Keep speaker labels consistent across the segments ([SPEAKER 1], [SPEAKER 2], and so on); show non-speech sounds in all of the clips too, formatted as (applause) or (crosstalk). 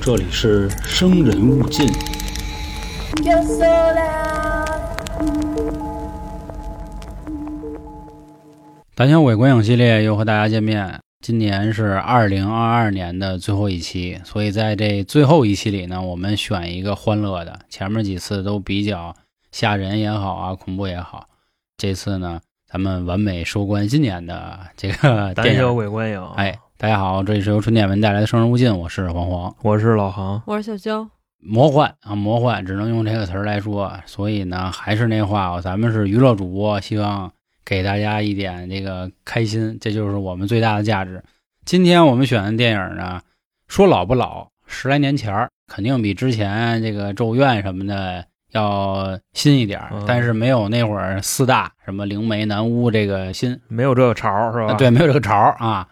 [SPEAKER 1] 这里是《生人勿进》。
[SPEAKER 2] Yo sola,
[SPEAKER 3] 大象伪观影系列又和大家见面，今年是二零二二年的最后一期，所以在这最后一期里呢，我们选一个欢乐的，前面几次都比较吓人也好啊，恐怖也好，这次呢，咱们完美收官今年的这个
[SPEAKER 4] 胆
[SPEAKER 3] 电
[SPEAKER 4] 小
[SPEAKER 3] 影。
[SPEAKER 4] 鬼观影，
[SPEAKER 3] 哎，，大家好，这里是由春点文带来的《生人勿近》，我是黄黄。
[SPEAKER 4] 我是老航，
[SPEAKER 5] 我是小娇，
[SPEAKER 3] 魔幻啊，魔幻只能用这个词儿来说。啊所以呢，还是那话啊，咱们是娱乐主播，希望给大家一点这个开心，这就是我们最大的价值。今天我们选的电影呢，说老不老，十来年前儿肯定比之前这个《咒怨》什么的要新一点儿
[SPEAKER 4] 嗯，
[SPEAKER 3] 但是没有那会儿四大什么灵媒、南巫这个新。
[SPEAKER 4] 没有这个潮儿是
[SPEAKER 3] 啊，，
[SPEAKER 4] 吧？
[SPEAKER 3] 对，没有这个潮儿啊。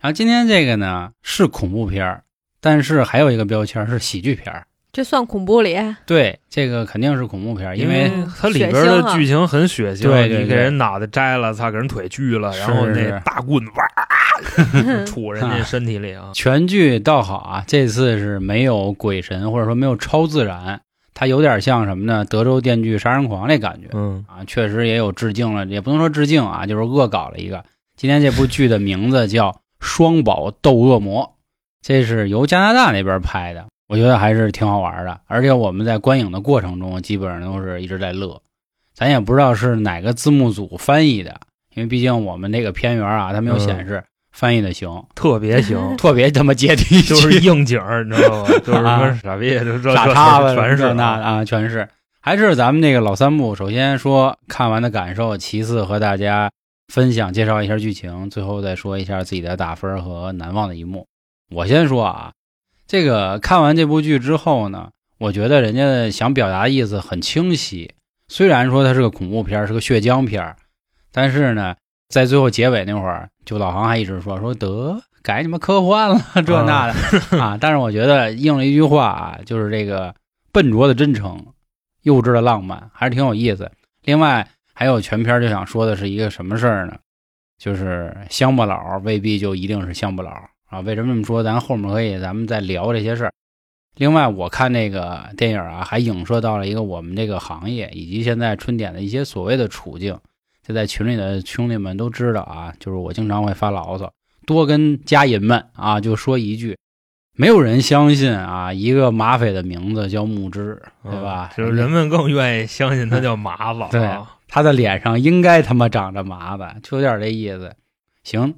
[SPEAKER 3] 然后今天这个呢是恐怖片儿，但是还有一个标签儿是喜剧片儿。
[SPEAKER 5] 这算恐怖里？
[SPEAKER 4] (laughs)
[SPEAKER 3] 对，这这个肯定是恐怖片儿，因为
[SPEAKER 5] 嗯
[SPEAKER 4] 它里边
[SPEAKER 5] 血腥
[SPEAKER 4] 的
[SPEAKER 5] 啊
[SPEAKER 4] 剧情很血腥，
[SPEAKER 3] 对对对
[SPEAKER 4] 你给人脑袋摘了，操，给人腿锯了，
[SPEAKER 3] 是
[SPEAKER 4] 然后
[SPEAKER 3] 是
[SPEAKER 4] 那
[SPEAKER 3] 是
[SPEAKER 4] 大棍哇杵人家
[SPEAKER 3] 啊
[SPEAKER 4] 身体里啊，
[SPEAKER 3] 全剧倒好啊，这次是没有鬼神或者说没有超自然，它有点像什么呢？德州电锯杀人狂那感觉
[SPEAKER 4] 嗯，
[SPEAKER 3] 啊，确实也有致敬了，也不能说致敬啊，就是恶搞了一个。今天这部剧的名字叫《双宝斗恶魔》，这是由加拿大那边拍的，我觉得还是挺好玩的。而且我们在观影的过程中，基本上都是一直在乐。咱也不知道是哪个字幕组翻译的，因为毕竟我们这个片源啊，它
[SPEAKER 4] 嗯
[SPEAKER 3] 没有显示翻译的行，
[SPEAKER 4] 特别行，
[SPEAKER 3] (laughs) 特别他妈接地气，
[SPEAKER 4] 就是应景儿，你知
[SPEAKER 3] (laughs)
[SPEAKER 4] 道吗？就是什么
[SPEAKER 3] 啊
[SPEAKER 4] 傻逼，就这
[SPEAKER 3] 傻
[SPEAKER 4] 这
[SPEAKER 3] 叉吧，
[SPEAKER 4] 全是
[SPEAKER 3] 这那的
[SPEAKER 4] 啊
[SPEAKER 3] 啊，全是。还是咱们这个老三部，首先说看完的感受，其次和大家分享介绍一下剧情，最后再说一下自己的打分和难忘的一幕。我先说啊，这个看完这部剧之后呢，我觉得人家想表达的意思很清晰。虽然说它是个恐怖片儿，是个血浆片儿，但是呢，在最后结尾那会儿，就老航还一直说说得改你妈科幻了 (laughs) 这那的啊。但是我觉得应了一句话啊，就是这个笨拙的真诚，幼稚的浪漫，还是挺有意思。另外还有全片儿就想说的是一个什么事儿呢？就是乡巴佬未必就一定是乡巴佬啊。为什么这么说？咱后面可以咱们再聊这些事儿。另外，我看这个电影啊，还影射到了一个我们这个行业以及现在春点的一些所谓的处境。这在群里的兄弟们都知道啊，就是我经常会发牢骚，多跟家人们啊就说一句，没有人相信啊，一个马匪的名字叫木之，对吧？
[SPEAKER 4] 嗯就是人们更愿意相信它叫麻子，
[SPEAKER 3] 对
[SPEAKER 4] 啊
[SPEAKER 3] 他的脸上应该他妈长着麻子，就有点这意思。行，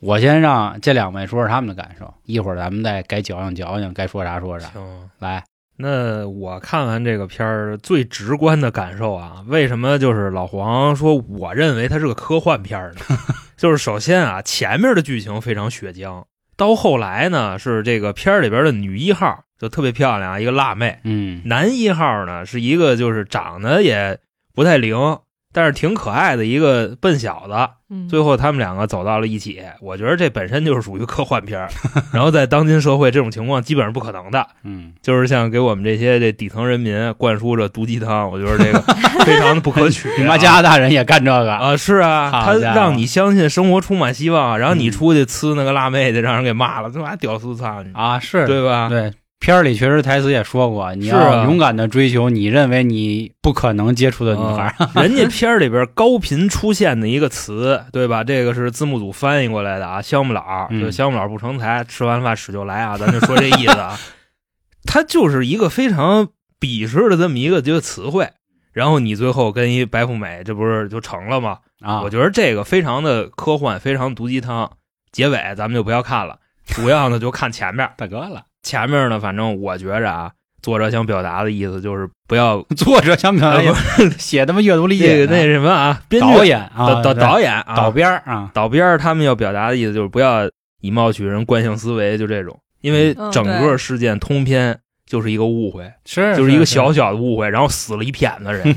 [SPEAKER 3] 我先让这两位说说他们的感受，一会儿咱们再该矫情矫情，该说啥说啥。
[SPEAKER 4] 行。
[SPEAKER 3] 来，
[SPEAKER 4] 那我看完这个片儿最直观的感受啊，为什么就是老黄说我认为它是个科幻片儿呢？ (laughs) 就是首先啊，前面的剧情非常血浆，到后来呢是这个片儿里边的女一号就特别漂亮啊，一个辣妹，
[SPEAKER 3] 嗯
[SPEAKER 4] 男一号呢是一个就是长得也不太灵，但是挺可爱的一个笨小子，
[SPEAKER 5] 嗯，
[SPEAKER 4] 最后他们两个走到了一起，我觉得这本身就是属于科幻片儿， (laughs) 然后在当今社会这种情况基本上不可能的。
[SPEAKER 3] 嗯，
[SPEAKER 4] 就是像给我们这些这底层人民灌输着毒鸡汤，我觉得这个非常的不可取、啊。
[SPEAKER 3] (laughs) 你妈加拿大人也干这个，
[SPEAKER 4] 啊，是啊，
[SPEAKER 3] 好
[SPEAKER 4] 他
[SPEAKER 3] 家伙
[SPEAKER 4] 让你相信生活充满希望，然后你
[SPEAKER 3] 嗯
[SPEAKER 4] 出去呲那个辣妹去，让人给骂了，他妈屌丝操你，
[SPEAKER 3] 啊是
[SPEAKER 4] 嗯 (laughs) 对
[SPEAKER 3] (laughs)
[SPEAKER 4] 吧？
[SPEAKER 3] 对。片儿里确实台词也说过，你
[SPEAKER 4] 是
[SPEAKER 3] 要
[SPEAKER 4] 啊
[SPEAKER 3] 勇敢的追求你认为你不可能接触的女孩儿。
[SPEAKER 4] 啊人家片儿里边高频出现的一个词，对吧？这个是字幕组翻译过来的啊，乡巴佬，
[SPEAKER 3] 嗯
[SPEAKER 4] 就乡巴佬不成才，吃完饭屎就来啊，咱就说这意思啊。 (laughs) 它就是一个非常鄙视的这么一个这个词汇，然后你最后跟一白富美，这不是就成了吗？
[SPEAKER 3] (laughs) 啊，
[SPEAKER 4] 我觉得这个非常的科幻，非常毒鸡汤。结尾咱们就不要看了，主要呢就看前面。
[SPEAKER 3] 大哥了，
[SPEAKER 4] 前面呢，反正我觉着啊，作者想表达的意思就是不要
[SPEAKER 3] (laughs) 作者想不想
[SPEAKER 4] 呃不
[SPEAKER 3] (laughs) 写他妈阅读理
[SPEAKER 4] 那
[SPEAKER 3] 解
[SPEAKER 4] 个
[SPEAKER 3] 呢？
[SPEAKER 4] 那什么啊，编
[SPEAKER 3] 导
[SPEAKER 4] 剧
[SPEAKER 3] 演啊，
[SPEAKER 4] 导导导演啊，
[SPEAKER 3] 导编儿啊，
[SPEAKER 4] 导编儿他们要表达的意思就是不要以貌取人、惯性思维，就这种，因为
[SPEAKER 5] 嗯
[SPEAKER 4] 整个事件通篇就是一个误会，
[SPEAKER 3] 是
[SPEAKER 4] 就是一个小小的误会，然后死了一片
[SPEAKER 3] (laughs)
[SPEAKER 4] 子人，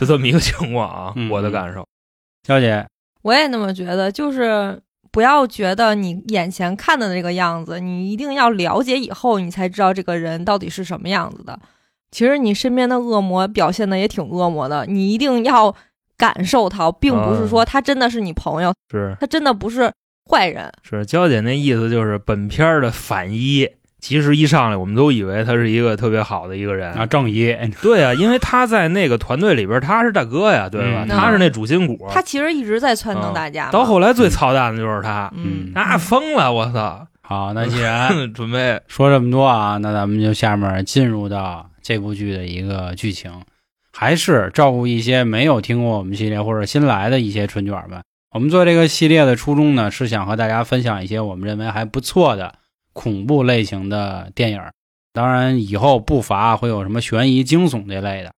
[SPEAKER 4] 就这么一个情况啊
[SPEAKER 3] 嗯，
[SPEAKER 4] 我的感受。
[SPEAKER 3] 小姐，
[SPEAKER 5] 我也那么觉得，就是不要觉得你眼前看的这个样子，你一定要了解以后，你才知道这个人到底是什么样子的。其实你身边的恶魔表现的也挺恶魔的，你一定要感受他，并不是
[SPEAKER 4] 啊
[SPEAKER 5] 说他真的是你朋友，
[SPEAKER 4] 是啊
[SPEAKER 5] 他真的不是坏人。
[SPEAKER 4] 是，娇姐那意思就是本片儿的反一其实一上来我们都以为他是一个特别好的一个人
[SPEAKER 3] 啊，正义，
[SPEAKER 4] 对啊，因为他在那个团队里边他是大哥呀，对吧？
[SPEAKER 3] 嗯
[SPEAKER 4] 他是那主心骨。
[SPEAKER 5] 他其实一直在
[SPEAKER 4] 啊
[SPEAKER 5] 撺掇大家嘛。
[SPEAKER 4] 到后来最操蛋的就是他，
[SPEAKER 5] 嗯，
[SPEAKER 4] 那、疯了，我操！
[SPEAKER 3] (laughs) 好，那既
[SPEAKER 4] (laughs)
[SPEAKER 3] 然
[SPEAKER 4] 准备
[SPEAKER 3] 说这么多啊，那咱们就下面进入到这部剧的一个剧情，还是照顾一些没有听过我们系列或者新来的一些春卷们。我们做这个系列的初衷呢，是想和大家分享一些我们认为还不错的恐怖类型的电影儿。当然，以后不乏会有什么悬疑、惊悚这类的。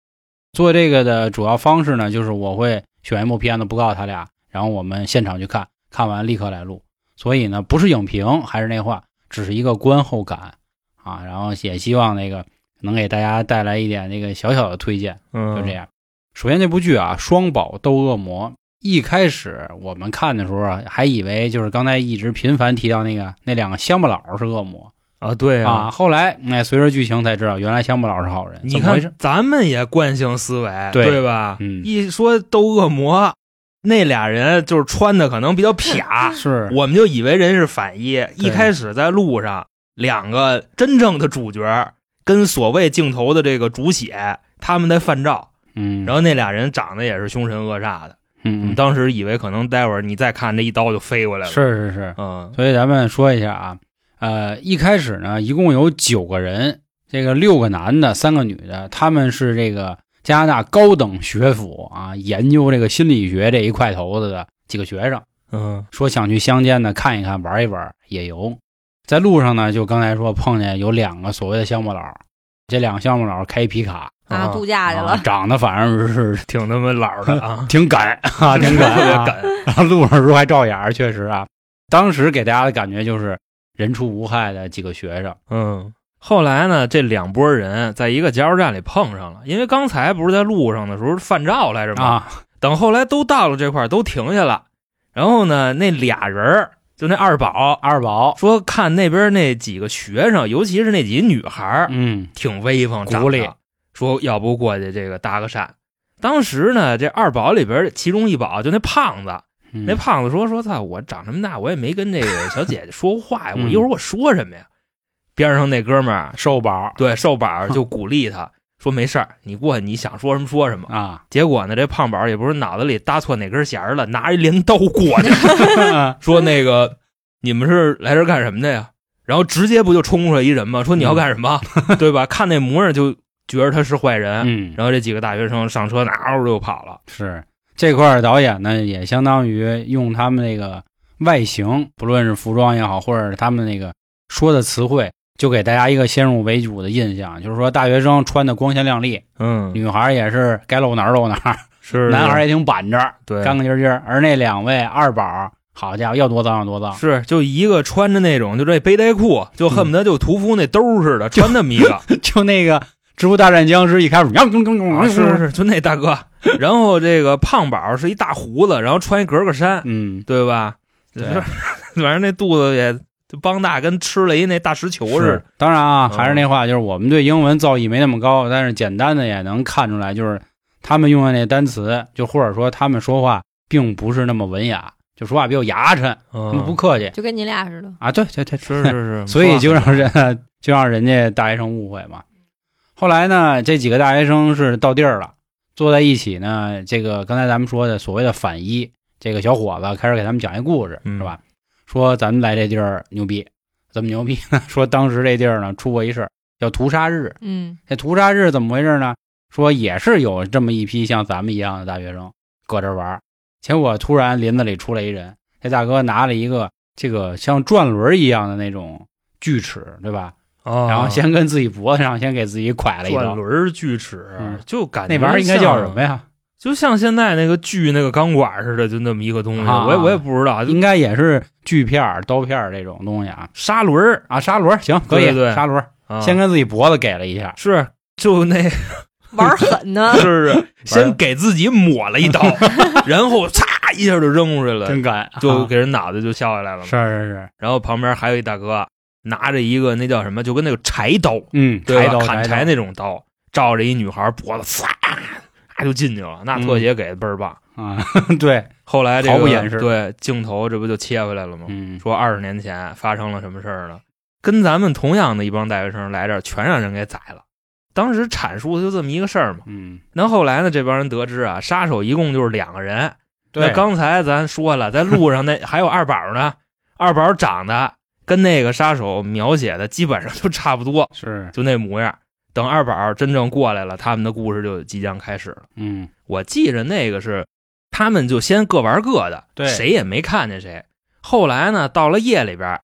[SPEAKER 3] 做这个的主要方式呢，就是我会选一部片子，不告诉他俩，然后我们现场去看，看完立刻来录。所以呢，不是影评，还是那话，只是一个观后感啊。然后也希望那个能给大家带来一点那个小小的推荐，
[SPEAKER 4] 嗯
[SPEAKER 3] 就这样。首先这部剧啊，《双宝斗恶魔》，一开始我们看的时候啊，还以为就是刚才一直频繁提到那个那两个乡巴佬是恶魔
[SPEAKER 4] 啊，对
[SPEAKER 3] 啊，
[SPEAKER 4] 啊，
[SPEAKER 3] 后来哎，随着剧情才知道，原来乡巴佬是好人。
[SPEAKER 4] 你
[SPEAKER 3] 怎么回事
[SPEAKER 4] 看？咱们也惯性思维，
[SPEAKER 3] 对
[SPEAKER 4] 对吧？
[SPEAKER 3] 嗯
[SPEAKER 4] 一说都恶魔，那俩人就是穿的可能比较痞，
[SPEAKER 3] 是
[SPEAKER 4] 我们就以为人是反一。一开始在路上，两个真正的主角跟所谓镜头的这个主写，他们在犯照，
[SPEAKER 3] 嗯，
[SPEAKER 4] 然后那俩人长得也是凶神恶煞的。我
[SPEAKER 3] 嗯
[SPEAKER 4] 们，当时以为可能待会儿你再看，这一刀就飞过来了。，
[SPEAKER 3] 是是是，
[SPEAKER 4] 嗯，
[SPEAKER 3] 所以咱们说一下啊，呃，一开始呢，一共有九个人，这个六个男的，三个女的，他们是这个加拿大高等学府啊，研究这个心理学这一块头子的几个学生，
[SPEAKER 4] 嗯，
[SPEAKER 3] 说想去乡间呢看一看、玩一玩、野游。在路上呢，就刚才说碰见有两个所谓的乡巴佬，这两个乡巴佬开皮卡，
[SPEAKER 5] 啊，度假去
[SPEAKER 3] 啊
[SPEAKER 5] 了，
[SPEAKER 3] 长得反正是，
[SPEAKER 4] 挺他妈老的啊
[SPEAKER 3] (laughs)
[SPEAKER 4] (laughs)
[SPEAKER 3] 挺赶啊，挺赶、
[SPEAKER 4] 特别
[SPEAKER 3] 啊，
[SPEAKER 4] 梗。
[SPEAKER 3] 然后 (laughs) 路上时候还照眼儿，确实啊，当时给大家的感觉就是人畜无害的几个学生，
[SPEAKER 4] 嗯，后来呢，这两拨人在一个加油站里碰上了，因为刚才不是在路上的时候犯照来着吗？
[SPEAKER 3] 啊，
[SPEAKER 4] 等后来都到了这块儿，都停下了。然后呢，那俩人儿就那二宝
[SPEAKER 3] 二宝，
[SPEAKER 4] 说看那边那几个学生，尤其是那几女孩儿，
[SPEAKER 3] 嗯，
[SPEAKER 4] 挺威风，长
[SPEAKER 3] 骨
[SPEAKER 4] 得
[SPEAKER 3] 力
[SPEAKER 4] 说要不过去这个搭个讪。当时呢，这二宝里边儿其中一宝就那胖子，
[SPEAKER 3] 嗯
[SPEAKER 4] 那胖子说说操，我长这么大我也没跟这个小姐姐说过
[SPEAKER 3] (laughs)
[SPEAKER 4] 话呀，
[SPEAKER 3] 嗯
[SPEAKER 4] 我一会儿我说什么呀？边上那哥们儿
[SPEAKER 3] 瘦宝
[SPEAKER 4] 对，瘦宝儿就鼓励他说：“没事儿，你过去，你想说什么说什么。
[SPEAKER 3] 啊”，
[SPEAKER 4] 结果呢，这胖宝儿也不是脑子里搭错哪根弦儿了，拿一镰刀过
[SPEAKER 3] (laughs)
[SPEAKER 4] 去，说：“那个，你们是来这儿干什么的呀？”然后直接不就冲出来一人吗？说你
[SPEAKER 3] 嗯
[SPEAKER 4] 要干
[SPEAKER 3] (laughs)
[SPEAKER 4] 什么，对吧？看那模样就觉得他是坏人。 (laughs)
[SPEAKER 3] 嗯，
[SPEAKER 4] 然后这几个大学生上车，嗷嗷就跑了。
[SPEAKER 3] 是这块儿导演呢，也相当于用他们那个外形，不论是服装也好，或者是他们那个说的词汇。就给大家一个先入为主的印象，就是说大学生穿的光鲜亮丽，
[SPEAKER 4] 嗯，
[SPEAKER 3] 女孩儿也是该露哪儿露哪儿，
[SPEAKER 4] 是
[SPEAKER 3] 男孩儿也挺板正，
[SPEAKER 4] 对，
[SPEAKER 3] 干干净净儿。而那两位二宝，好家伙，要多脏有多脏，
[SPEAKER 4] 是就一个穿着那种就这背带裤，就恨不得就屠夫那兜儿
[SPEAKER 3] 嗯
[SPEAKER 4] 似的，穿那么一
[SPEAKER 3] (laughs)
[SPEAKER 4] 个。
[SPEAKER 3] 就那个《植物大战僵尸》一开始，呀咚咚咚
[SPEAKER 4] 啊，
[SPEAKER 3] 咚，
[SPEAKER 4] 是是，是，就那大哥。然后这个胖宝是一大胡子，然后穿一格格衫，
[SPEAKER 3] 嗯，
[SPEAKER 4] 对吧？
[SPEAKER 3] 对
[SPEAKER 4] (laughs) 反正那肚子也就邦大，跟吃了一那大石球似的
[SPEAKER 3] 是。。当然啊，
[SPEAKER 4] 嗯
[SPEAKER 3] 还是那话，就是我们对英文造诣没那么高，但是简单的也能看出来，就是他们用的那单词，就或者说他们说话并不是那么文雅，就说话比较牙碜，
[SPEAKER 4] 嗯 (laughs)
[SPEAKER 3] 不客气
[SPEAKER 5] (laughs) 就跟你俩似的。
[SPEAKER 3] 啊。对对对，
[SPEAKER 4] 是是是，
[SPEAKER 3] 所以就让人啊就让人家大学生误会嘛。后来呢，这几个大学生是到地儿了，坐在一起呢。这个刚才咱们说的所谓的反一，这个小伙子开始给他们讲一故事，
[SPEAKER 4] 嗯
[SPEAKER 3] 是吧？说咱们来这地儿牛逼，怎么牛逼呢？ (laughs) 说当时这地儿呢出过一事儿，叫屠杀日。
[SPEAKER 5] 嗯，
[SPEAKER 3] 这屠杀日怎么回事呢？说也是有这么一批像咱们一样的大学生搁这玩儿，结果突然林子里出来一人，这大哥拿了一个这个像转轮一样的那种锯齿，对吧？
[SPEAKER 4] 啊，
[SPEAKER 3] 然后先跟自己脖子上先给自己拐了一
[SPEAKER 4] 转
[SPEAKER 3] 刀，
[SPEAKER 4] 轮锯齿
[SPEAKER 3] 嗯，
[SPEAKER 4] 就感觉
[SPEAKER 3] 那玩意儿应该叫什么
[SPEAKER 4] 呀？
[SPEAKER 3] 呀？
[SPEAKER 4] 就像现在那个锯那个钢管似的，就那么一个东西，
[SPEAKER 3] 啊
[SPEAKER 4] 我也我也不知道，就
[SPEAKER 3] 应该也是锯片儿、刀片儿这种东西啊。
[SPEAKER 4] 砂轮儿
[SPEAKER 3] 啊，砂轮儿行，可以，
[SPEAKER 4] 对对对
[SPEAKER 3] 砂轮儿
[SPEAKER 4] 啊，
[SPEAKER 3] 先跟自己脖子给了一下，
[SPEAKER 4] 是就 (laughs) 那，
[SPEAKER 5] 玩狠呢
[SPEAKER 4] 是是先给自己抹了一 (laughs) 刀，然后嚓一下就扔出去了，
[SPEAKER 3] 真敢，
[SPEAKER 4] 就
[SPEAKER 3] 啊
[SPEAKER 4] 给人脑袋就削下来了
[SPEAKER 3] 是
[SPEAKER 4] 嘛。
[SPEAKER 3] 是是，
[SPEAKER 4] 然后旁边还有一大哥拿着一个那叫什么，就跟那个柴刀，
[SPEAKER 3] 嗯，柴
[SPEAKER 4] 对吧
[SPEAKER 3] 刀
[SPEAKER 4] 砍
[SPEAKER 3] 柴
[SPEAKER 4] 柴
[SPEAKER 3] 刀
[SPEAKER 4] 那种刀，照着一女孩脖子，唰就进去了。那特写给的倍儿棒。
[SPEAKER 3] 啊， (laughs) 对，
[SPEAKER 4] 后来这
[SPEAKER 3] 嗯
[SPEAKER 4] 个
[SPEAKER 3] 毫不掩饰
[SPEAKER 4] 对镜头这不就切回来了吗？
[SPEAKER 3] 嗯，
[SPEAKER 4] 说二十年前发生了什么事儿呢？跟咱们同样的一帮大学生来这儿，全让人给宰了。当时阐述的就这么一个事儿嘛。
[SPEAKER 3] 嗯，
[SPEAKER 4] 那后来呢，这帮人得知啊，杀手一共就是两个人。那刚才咱说了，在路上那 (laughs) 还有二宝呢，二宝长得跟那个杀手描写的基本上就差不多，
[SPEAKER 3] 是，
[SPEAKER 4] 就那模样。等二宝真正过来了，他们的故事就即将开始了。
[SPEAKER 3] 嗯，
[SPEAKER 4] 我记着那个是他们就先各玩各的，
[SPEAKER 3] 对
[SPEAKER 4] 谁也没看见谁。后来呢，到了夜里边，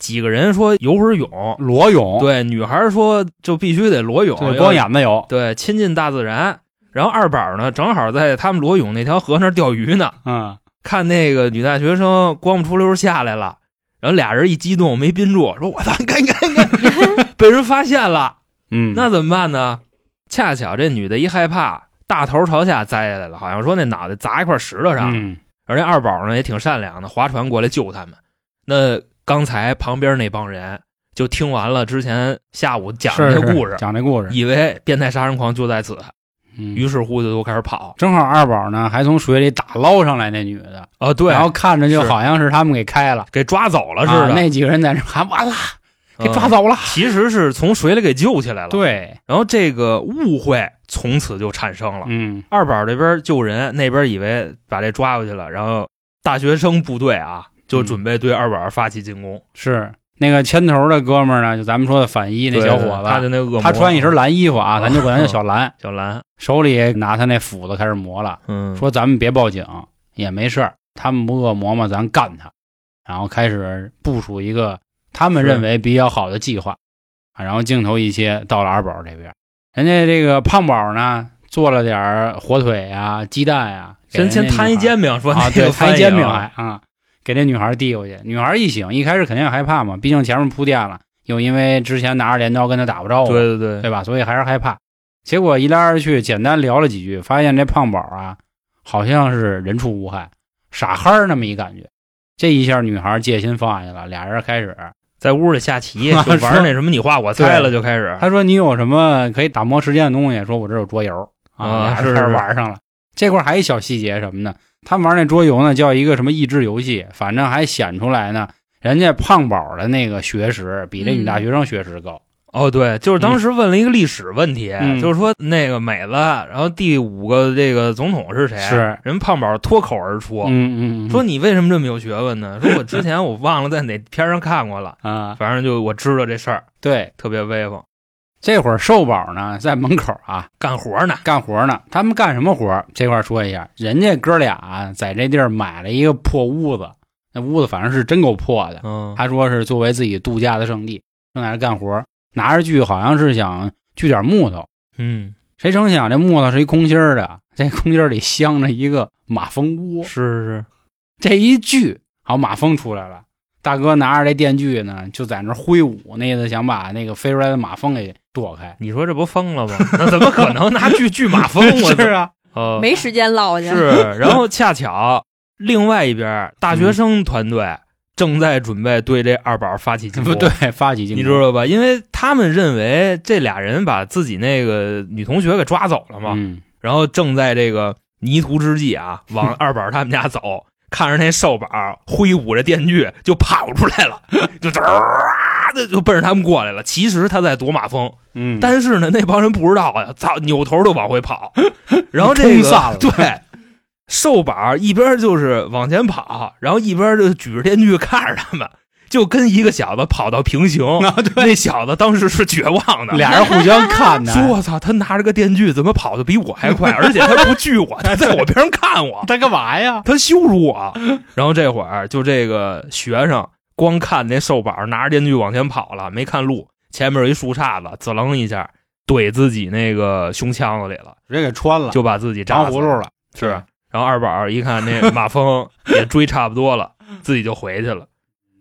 [SPEAKER 4] 几个人说游会儿泳，
[SPEAKER 3] 裸泳，
[SPEAKER 4] 对，女孩说就必须得裸泳，
[SPEAKER 3] 哦对，
[SPEAKER 4] 要
[SPEAKER 3] 光眼子有，
[SPEAKER 4] 对，亲近大自然。然后二宝呢，正好在他们裸泳那条河那儿钓鱼呢，
[SPEAKER 3] 嗯，
[SPEAKER 4] 看那个女大学生光不出溜下来了，然后俩人一激动没憋住，说我操，赶紧赶紧赶紧 (laughs) 被人发现了，
[SPEAKER 3] 嗯，
[SPEAKER 4] 那怎么办呢？恰巧这女的一害怕，大头朝下栽下来了，好像说那脑袋砸一块石头上，
[SPEAKER 3] 嗯，
[SPEAKER 4] 而那二宝呢也挺善良的，划船过来救他们。那刚才旁边那帮人就听完了之前下午讲的
[SPEAKER 3] 是
[SPEAKER 4] 那
[SPEAKER 3] 是
[SPEAKER 4] 故事，
[SPEAKER 3] 讲这故事，
[SPEAKER 4] 以为变态杀人狂就在此，
[SPEAKER 3] 嗯
[SPEAKER 4] 于是乎就都开始跑。
[SPEAKER 3] 正好二宝呢还从水里打捞上来那女的，
[SPEAKER 4] 啊，对
[SPEAKER 3] 然后看着就是好像是他们给开了，
[SPEAKER 4] 给抓走了似
[SPEAKER 3] 啊
[SPEAKER 4] 的，
[SPEAKER 3] 那几个人在那喊完了，
[SPEAKER 4] 嗯
[SPEAKER 3] 给抓走了，
[SPEAKER 4] 其实是从水里给救起来了。，
[SPEAKER 3] 对，
[SPEAKER 4] 然后这个误会从此就产生了。
[SPEAKER 3] 嗯，
[SPEAKER 4] 二宝这边救人，那边以为把这抓过去了，然后大学生部队啊
[SPEAKER 3] 嗯
[SPEAKER 4] 就准备对二宝发起进攻。
[SPEAKER 3] 是那个牵头的哥们儿呢，就咱们说的反一那
[SPEAKER 4] 对
[SPEAKER 3] 小伙
[SPEAKER 4] 他
[SPEAKER 3] 子，
[SPEAKER 4] 就那恶魔，
[SPEAKER 3] 他穿一身蓝衣服啊，咱就管他叫小蓝，
[SPEAKER 4] 小蓝，
[SPEAKER 3] 手里拿他那斧子开始磨了。
[SPEAKER 4] 嗯，
[SPEAKER 3] 说咱们别报警，也没事儿，他们不恶魔嘛，咱干他。然后开始部署一个他们
[SPEAKER 4] 是
[SPEAKER 3] 认为比较好的计划，啊，然后镜头一切到了二宝这边，人家这个胖宝呢做了点儿火腿啊、鸡蛋啊，给
[SPEAKER 4] 先
[SPEAKER 3] 人家
[SPEAKER 4] 先
[SPEAKER 3] 女孩
[SPEAKER 4] 摊一煎饼，说
[SPEAKER 3] 啊，
[SPEAKER 4] 那
[SPEAKER 3] 对，
[SPEAKER 4] 个
[SPEAKER 3] 摊
[SPEAKER 4] 翻
[SPEAKER 3] 一
[SPEAKER 4] 译
[SPEAKER 3] 煎饼还
[SPEAKER 4] 啊
[SPEAKER 3] 啊，给这女孩递过去。女孩一醒，一开始肯定害怕嘛，毕竟前面铺垫了，又因为之前拿着镰刀跟他打不着嘛，
[SPEAKER 4] 对对对，
[SPEAKER 3] 对吧？所以还是害怕。结果一来二去，简单聊了几句，发现这胖宝啊，好像是人畜无害，傻憨儿那么一感觉。这一下，女孩戒心放下去了，俩人开始，
[SPEAKER 4] 在屋里下
[SPEAKER 3] (laughs)
[SPEAKER 4] 棋，
[SPEAKER 3] 啊
[SPEAKER 4] 就玩
[SPEAKER 3] 说
[SPEAKER 4] 那什么你画我猜
[SPEAKER 3] 对
[SPEAKER 4] 了，就开始。
[SPEAKER 3] 他说：“你有什么可以打磨时间的东西？”说：“我这有桌游
[SPEAKER 4] 啊
[SPEAKER 3] 俩
[SPEAKER 4] 是
[SPEAKER 3] 人开始
[SPEAKER 4] 是
[SPEAKER 3] 玩上了。这块儿还一小细节什么呢？他们玩那桌游呢，叫一个什么益智游戏，反正还显出来呢，人家胖宝的那个学识比这女大学生学识高。
[SPEAKER 4] 哦，对，就是当时问了一个历史问题，
[SPEAKER 3] 嗯
[SPEAKER 4] 就是说那个美子，然后第五个这个总统是谁？啊
[SPEAKER 3] 是
[SPEAKER 4] 人胖宝脱口而出、
[SPEAKER 3] 嗯嗯嗯，
[SPEAKER 4] 说：“你为什么这么有学问呢？”说：“我之前我忘了在哪片上看过了，
[SPEAKER 3] 啊，
[SPEAKER 4] 反正就我知道这事儿
[SPEAKER 3] 对，
[SPEAKER 4] 特别威风，
[SPEAKER 3] 这会儿瘦宝呢在门口啊，
[SPEAKER 4] 干活呢。
[SPEAKER 3] 干活呢。他们干什么活儿？这块儿说一下，人家哥俩啊在这地儿买了一个破屋子，那屋子反正是真够破的。
[SPEAKER 4] 嗯，
[SPEAKER 3] 他说是作为自己度假的圣地，正在这干活儿，拿着锯好像是想锯点木头。
[SPEAKER 4] 嗯，
[SPEAKER 3] 谁成想这木头是一空心儿的，这空心儿里镶着一个马蜂窝
[SPEAKER 4] 是，是是，
[SPEAKER 3] (laughs) 这一锯，好马蜂出来了。大哥拿着这电锯呢，就在那儿挥舞，那意思想把那个飞出来的马蜂给躲开。
[SPEAKER 4] 你说这不疯了吗？ (laughs) 那怎么可能拿锯锯马 (laughs) 蜂？我
[SPEAKER 3] 是啊，
[SPEAKER 4] 啊
[SPEAKER 5] 没时间唠去。
[SPEAKER 4] 是，然后恰巧另外一边大学生团队正在准备对这二宝发起进
[SPEAKER 3] 不
[SPEAKER 4] 攻。
[SPEAKER 3] 对，发起进
[SPEAKER 4] 你
[SPEAKER 3] 攻，
[SPEAKER 4] 知道吧？因为他们认为这俩人把自己那个女同学给抓走了嘛，
[SPEAKER 3] 嗯，
[SPEAKER 4] 然后正在这个泥途之际啊，往二宝他们家走，看着那瘦宝挥舞着电锯就跑出来了， (laughs) 就嗖啊，就就奔着他们过来了。其实他在躲马蜂，
[SPEAKER 3] 嗯，
[SPEAKER 4] 但是呢，那帮人不知道呀，操，扭头就往回跑， (laughs) 然后这
[SPEAKER 3] 冲
[SPEAKER 4] 个
[SPEAKER 3] 散了
[SPEAKER 4] (laughs) 对。瘦宝一边就是往前跑，然后一边就举着电锯看着他们，就跟一个小子跑到平行。
[SPEAKER 3] (laughs) 啊，对，
[SPEAKER 4] 那小子当时是绝望的，
[SPEAKER 3] 俩人互相看呢，
[SPEAKER 4] (laughs) 说：“我操，他拿着个电锯，怎么跑得比我还快？而且他不锯我，他在我边上看我，
[SPEAKER 3] 他干嘛呀？
[SPEAKER 4] 他羞辱我。”然后这会儿就这个学生光看那瘦宝拿着电锯往前跑了，没看路，前面有一树杈子，滋楞一下怼自己那个胸腔子里了，
[SPEAKER 3] 直接给穿了，
[SPEAKER 4] 就把自己扎
[SPEAKER 3] 长
[SPEAKER 4] 死
[SPEAKER 3] 葫芦了。
[SPEAKER 4] 是，然后二宝一看那马蜂也追差不多了，自己就回去了。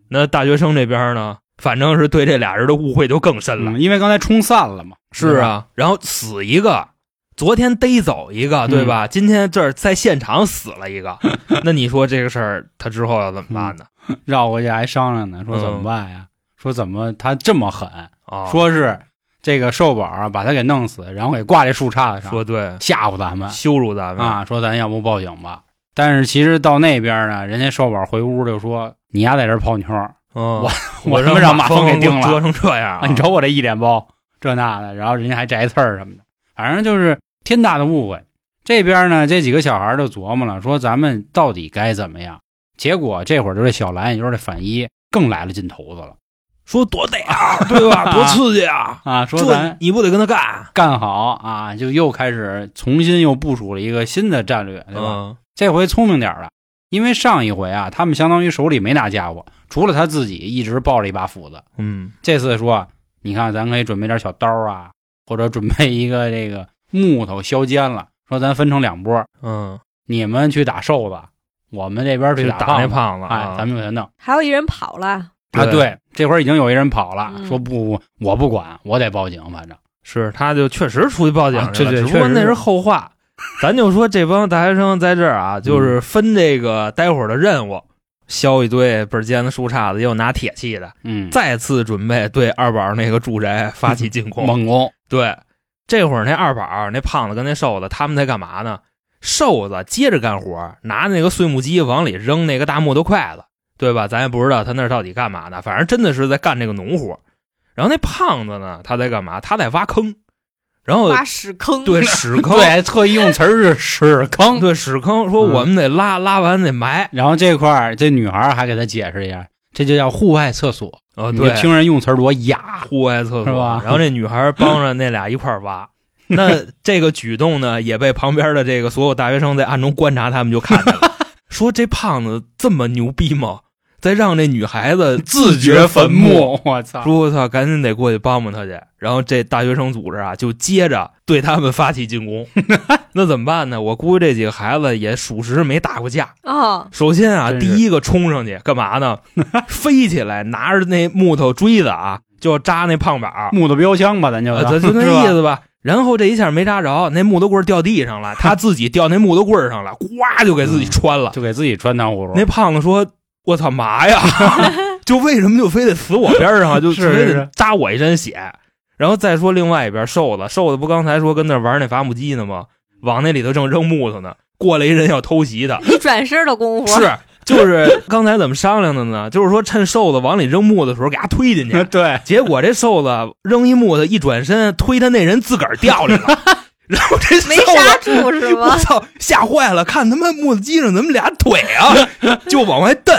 [SPEAKER 4] 那大学生这边呢，反正是对这俩人的误会就更深了。
[SPEAKER 3] 嗯，因为刚才冲散了嘛。
[SPEAKER 4] 是
[SPEAKER 3] 对吧，
[SPEAKER 4] 啊，然后死一个，昨天逮走一
[SPEAKER 3] 嗯
[SPEAKER 4] 个，对吧？今天这儿在现场死了
[SPEAKER 3] (laughs)
[SPEAKER 4] 一个，那你说这个事儿他之后要怎么办呢？
[SPEAKER 3] 绕过去还商量呢，
[SPEAKER 4] 嗯
[SPEAKER 3] 说怎么办呀？说怎么他这么狠？
[SPEAKER 4] 啊，
[SPEAKER 3] 嗯说是这个兽宝啊把他给弄死，然后给挂这树杈子上，
[SPEAKER 4] 说对，
[SPEAKER 3] 吓唬咱们
[SPEAKER 4] 羞辱咱们，
[SPEAKER 3] 啊，说咱要不报警吧。但是其实到那边呢，人家兽宝回屋就说：“你丫在这儿泡妞儿，
[SPEAKER 4] 嗯，
[SPEAKER 3] 我
[SPEAKER 4] 我
[SPEAKER 3] 他妈让马
[SPEAKER 4] 蜂
[SPEAKER 3] 蜂给叮
[SPEAKER 4] 折
[SPEAKER 3] 了
[SPEAKER 4] 成这样、
[SPEAKER 3] 啊！你瞅我这一脸包，这那的，然后人家还摘刺儿什么的，反正就是天大的误会。这边呢，这几个小孩儿就琢磨了，说咱们到底该怎么样？结果这会儿就是小蓝，也就是这反一更来了劲头子了
[SPEAKER 4] 说多得
[SPEAKER 3] (laughs)
[SPEAKER 4] 啊，对吧？多刺激啊！
[SPEAKER 3] 啊，说咱
[SPEAKER 4] 这你不得跟他干？
[SPEAKER 3] 干好啊，就又开始重新又部署了一个新的战略，对吧？
[SPEAKER 4] 嗯
[SPEAKER 3] 这回聪明点儿了，因为上一回啊，他们相当于手里没拿家伙，除了他自己一直抱着一把斧子。
[SPEAKER 4] 嗯
[SPEAKER 3] 这次说，你看咱可以准备点小刀啊，或者准备一个这个木头削尖了，说咱分成两波，
[SPEAKER 4] 嗯，
[SPEAKER 3] 你们去打瘦子，我们这边去
[SPEAKER 4] 就
[SPEAKER 3] 打
[SPEAKER 4] 打那
[SPEAKER 3] 子。
[SPEAKER 4] 胖子
[SPEAKER 3] 哎
[SPEAKER 4] 啊，，
[SPEAKER 3] 咱们给他弄
[SPEAKER 5] 还有一人跑了，
[SPEAKER 3] 啊！
[SPEAKER 4] 对
[SPEAKER 3] 对，这会儿已经有一人跑了，
[SPEAKER 5] 嗯
[SPEAKER 3] 说不，我不管，我得报警，反正
[SPEAKER 4] 是他就确实出去报警
[SPEAKER 3] 啊
[SPEAKER 4] 去了，
[SPEAKER 3] 对对
[SPEAKER 4] 只不
[SPEAKER 3] 确
[SPEAKER 4] 过
[SPEAKER 3] 实
[SPEAKER 4] 那
[SPEAKER 3] 是
[SPEAKER 4] 是后话。咱就说这帮大学生在这儿啊，
[SPEAKER 3] 嗯
[SPEAKER 4] 就是分这个待会儿的任务，削一堆倍儿尖的树杈子，也有拿铁器的，
[SPEAKER 3] 嗯，
[SPEAKER 4] 再次准备对二宝那个住宅发
[SPEAKER 3] (laughs)
[SPEAKER 4] 起进攻。
[SPEAKER 3] 猛攻，
[SPEAKER 4] 对，这会儿那二宝、那胖子跟那瘦子他们在干嘛呢？瘦子接着干活，拿那个碎木机往里扔那个大木头筷子，对吧？咱也不知道他那儿到底干嘛呢，反正真的是在干这个农活。然后那胖子呢，他在干嘛？他在挖坑，然后
[SPEAKER 5] 挖屎坑，
[SPEAKER 4] 对屎坑，
[SPEAKER 3] 对，特意用词儿是屎坑，
[SPEAKER 4] 对屎坑，说
[SPEAKER 3] 嗯
[SPEAKER 4] 我们得拉，拉完得埋。
[SPEAKER 3] 然后这块儿，这女孩儿还给他解释一下，这就叫户外厕所。
[SPEAKER 4] 哦，
[SPEAKER 3] 你
[SPEAKER 4] 对，
[SPEAKER 3] 就听人用词儿多雅，
[SPEAKER 4] 户外厕所
[SPEAKER 3] 是吧
[SPEAKER 4] 然后这女孩帮着那俩一块儿
[SPEAKER 3] (laughs)
[SPEAKER 4] 挖。那这个举动呢，也被旁边的这个所有大学生在暗中观察，他们就看见
[SPEAKER 3] (laughs)
[SPEAKER 4] 了，说这胖子这么牛逼吗？在让这女孩子自掘 (laughs) 坟墓，。
[SPEAKER 3] 我操！
[SPEAKER 4] 说我操，赶紧得过去帮帮他去。然后这大学生组织啊，就接着对他们发起进
[SPEAKER 3] (laughs)
[SPEAKER 4] 攻。那怎么办呢？我估计这几个孩子也属实没打过架，
[SPEAKER 5] 啊，
[SPEAKER 4] 首先啊，
[SPEAKER 3] 真
[SPEAKER 4] 第
[SPEAKER 3] 是
[SPEAKER 4] 一个冲上去干嘛
[SPEAKER 3] (laughs)
[SPEAKER 4] 呢？飞起来，拿着那木头锥子啊，就要扎那胖宝儿，
[SPEAKER 3] 木头标枪吧，咱就
[SPEAKER 4] 呃
[SPEAKER 3] 嗯是
[SPEAKER 4] 咱就那意
[SPEAKER 3] 吧
[SPEAKER 4] 思吧。然后这一下没扎着，那木头棍儿掉地
[SPEAKER 3] (laughs)
[SPEAKER 4] 上了，他自己掉那木头棍儿上了，呱就给自己穿了。
[SPEAKER 3] 嗯就给自己穿糖葫芦。
[SPEAKER 4] 那胖子说：“我操嘛
[SPEAKER 3] (laughs)
[SPEAKER 4] 呀！就为什么就非得死我边儿上啊，就是非
[SPEAKER 3] 是
[SPEAKER 4] 得
[SPEAKER 3] 是
[SPEAKER 4] 扎我一身血？”然后再说另外一边瘦子，瘦子不刚才说跟那儿玩那伐木机呢
[SPEAKER 3] 嗯
[SPEAKER 4] 吗？往那里头正扔木头呢，过来一人要偷袭他，
[SPEAKER 5] 一转身的功夫，
[SPEAKER 4] 是，就是刚才怎么商量的呢？就是说趁瘦子往里扔木头的时候给他推进去，
[SPEAKER 3] (laughs) 对，
[SPEAKER 4] 结果这瘦子扔一木头，一转身推他那人自个儿
[SPEAKER 3] (laughs)
[SPEAKER 4] 掉里了，然后这瘦
[SPEAKER 5] 没刹
[SPEAKER 4] 子。
[SPEAKER 5] 住是
[SPEAKER 4] 我
[SPEAKER 5] 吗？
[SPEAKER 4] 操！吓坏了，看他妈木头机上怎么俩腿啊，就往外蹬。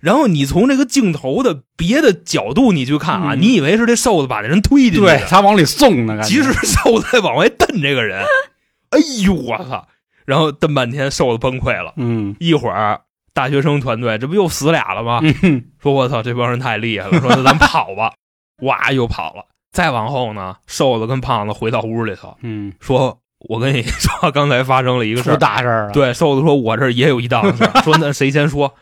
[SPEAKER 4] 然后你从这个镜头的别的角度你去看啊，
[SPEAKER 3] 嗯
[SPEAKER 4] 你以为是这瘦子把这人推进去的
[SPEAKER 3] 对，他往里送呢，感觉
[SPEAKER 4] 其实瘦子在往外蹬这个人。哎呦我操！然后蹬半天，瘦子崩溃了。
[SPEAKER 3] 嗯，
[SPEAKER 4] 一会儿大学生团队这不又死俩了吗？
[SPEAKER 3] 嗯 (laughs) 哼
[SPEAKER 4] 说我操，这帮人太厉害了，说那咱跑吧， (laughs) 哇又跑了。再往后呢，瘦子跟胖子回到屋里头，
[SPEAKER 3] 嗯，
[SPEAKER 4] 说我跟你说，刚才发生了一个事
[SPEAKER 3] 出
[SPEAKER 4] 儿。
[SPEAKER 3] 大事儿了。，
[SPEAKER 4] 对，瘦子说我这儿也有一档子， (laughs) 说那谁先说？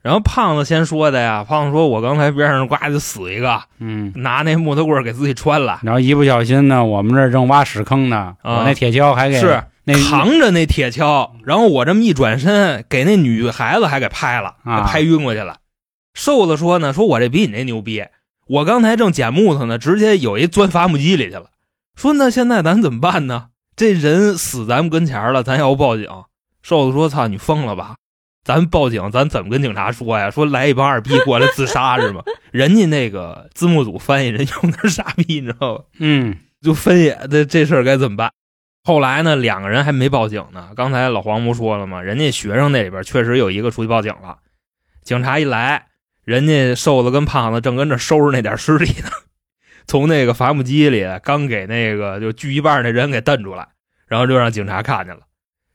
[SPEAKER 4] 然后胖子先说的呀，胖子说我刚才边上呱就死一个，
[SPEAKER 3] 嗯，
[SPEAKER 4] 拿那木头棍儿给自己穿了，
[SPEAKER 3] (laughs) 然后一不小心呢，我们这儿正挖屎坑呢，
[SPEAKER 4] 啊
[SPEAKER 3] 我那铁锹还给
[SPEAKER 4] 是
[SPEAKER 3] 那
[SPEAKER 4] 扛着那铁锹，然后我这么一转身，给那女孩子还给拍了，
[SPEAKER 3] 啊
[SPEAKER 4] 给拍晕过去了。瘦子说呢，说我这比你那牛逼，我刚才正捡木头呢，直接有一钻伐木机里去了。说那现在咱怎么办呢？这人死咱们跟前儿了，咱要不报警？瘦子说：“操，你疯了吧？咱报警，咱怎么跟警察说呀？说来一帮二逼过来自杀是吗？ (laughs) 人家那个字幕组翻译人用的是傻逼，你知道吧？
[SPEAKER 3] 嗯，
[SPEAKER 4] 就分析这这事儿该怎么办。后来呢，两个人还没报警呢。刚才老黄不说了吗？人家学生那里边确实有一个出去报警了。警察一来，人家瘦子跟胖子正跟这收拾那点尸体呢， (laughs) 从那个伐木机里刚给那个就锯一半那人给蹬出来，然后就让警察看见了。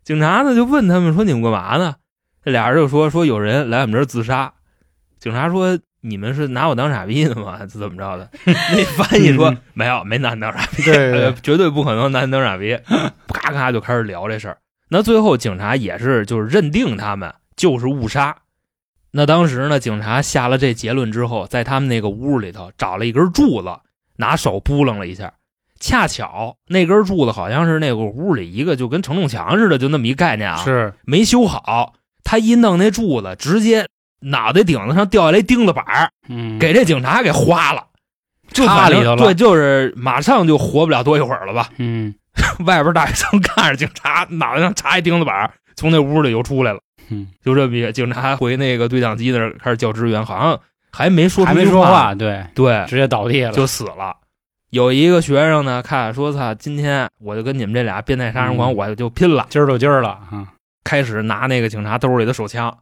[SPEAKER 4] 警察呢就问他们说：“你们干嘛呢？”这俩人就说：“说有人来我们这儿自杀。”警察说：“你们是拿我当傻逼呢吗？是怎么着的？” (laughs) 那翻译说
[SPEAKER 3] 嗯：“
[SPEAKER 4] 没有，没拿你当傻逼。”
[SPEAKER 3] 对
[SPEAKER 4] 呃，绝对不可能男灯傻逼，咔咔就开始聊这事儿。那最后警察也是就是认定他们就是误杀。那当时呢，警察下了这结论之后，在他们那个屋里头找了一根柱子，拿手拨楞了一下，恰巧那根柱子好像是那个屋里一个就跟承重墙似的，就那么一概念啊，
[SPEAKER 3] 是
[SPEAKER 4] 没修好。他一弄那柱子，直接脑袋顶子上掉下来钉子板儿，
[SPEAKER 3] 嗯，
[SPEAKER 4] 给这警察给花了，就
[SPEAKER 3] 插
[SPEAKER 4] 反正
[SPEAKER 3] 里头了
[SPEAKER 4] 对，就是马上就活不了多一会儿了吧。
[SPEAKER 3] 嗯
[SPEAKER 4] (laughs) 外边大学生看着警察，脑袋上插一钉子板儿，从那屋里又出来了。
[SPEAKER 3] 嗯，
[SPEAKER 4] 就这么一个警察回那个对讲机那儿开始叫支援，好像还没说
[SPEAKER 3] 还没
[SPEAKER 4] 出
[SPEAKER 3] 说
[SPEAKER 4] 话，
[SPEAKER 3] 话，对，
[SPEAKER 4] 对，
[SPEAKER 3] 直接倒地了，
[SPEAKER 4] 就死了。有一个学生呢，看说操，今天我就跟你们这俩变态杀人狂，
[SPEAKER 3] 嗯
[SPEAKER 4] 我就拼了！
[SPEAKER 3] 今儿就今儿了啊！
[SPEAKER 4] 开始拿那个警察兜里的手枪，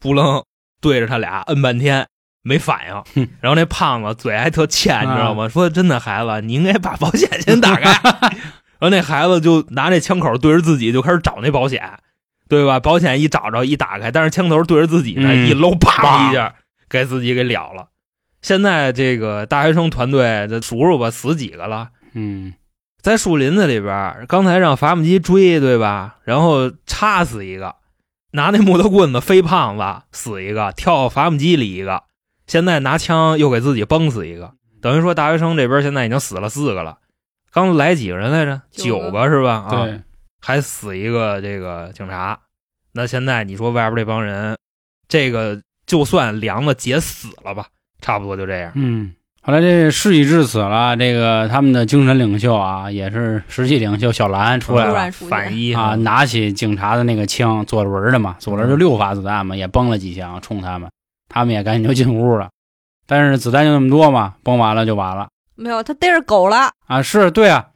[SPEAKER 4] 不楞对着他俩摁半天，没反应
[SPEAKER 3] (laughs) 哼。啊
[SPEAKER 4] 然后那胖子嘴还特欠，你知道吗？说真的，孩子，你应该把保险
[SPEAKER 3] (laughs)
[SPEAKER 4] 先打开。然后那孩子就拿那枪口对着自己，就开始找那保险，对吧？保险一找着一打开，但是枪头对着自己呢，
[SPEAKER 3] 嗯
[SPEAKER 4] 一搂，啪
[SPEAKER 3] 啪
[SPEAKER 4] 一下给自己给了了。现在这个大学生团队，这数数吧，死几个了？
[SPEAKER 3] 嗯，
[SPEAKER 4] 在树林子里边儿，刚才让伐木机追，对吧？然后插死一个，拿那木头棍子飞胖子死一个，跳伐木机里一个，现在拿枪又给自己崩死一个，等于说大学生这边现在已经死了四个了。刚来几个人来着？
[SPEAKER 5] 九
[SPEAKER 4] 九
[SPEAKER 5] 个
[SPEAKER 4] 个是吧？啊，
[SPEAKER 3] 对，
[SPEAKER 4] 还死一个这个警察。那现在你说外边这帮人，这个就算梁子姐死了吧，差不多就这样。
[SPEAKER 3] 嗯。后来这事已至此了，这个他们的精神领袖啊，也是实际领袖小兰出来
[SPEAKER 5] 突
[SPEAKER 3] 了
[SPEAKER 5] 然出现
[SPEAKER 4] 反一
[SPEAKER 3] 啊，拿起警察的那个枪，左轮儿的嘛，左轮儿就六发子弹嘛，也崩了几枪冲他们，他们也赶紧就进屋了。但是子弹就那么多嘛，崩完了就完了
[SPEAKER 5] 没有，他逮着狗了，
[SPEAKER 3] 啊，是对啊，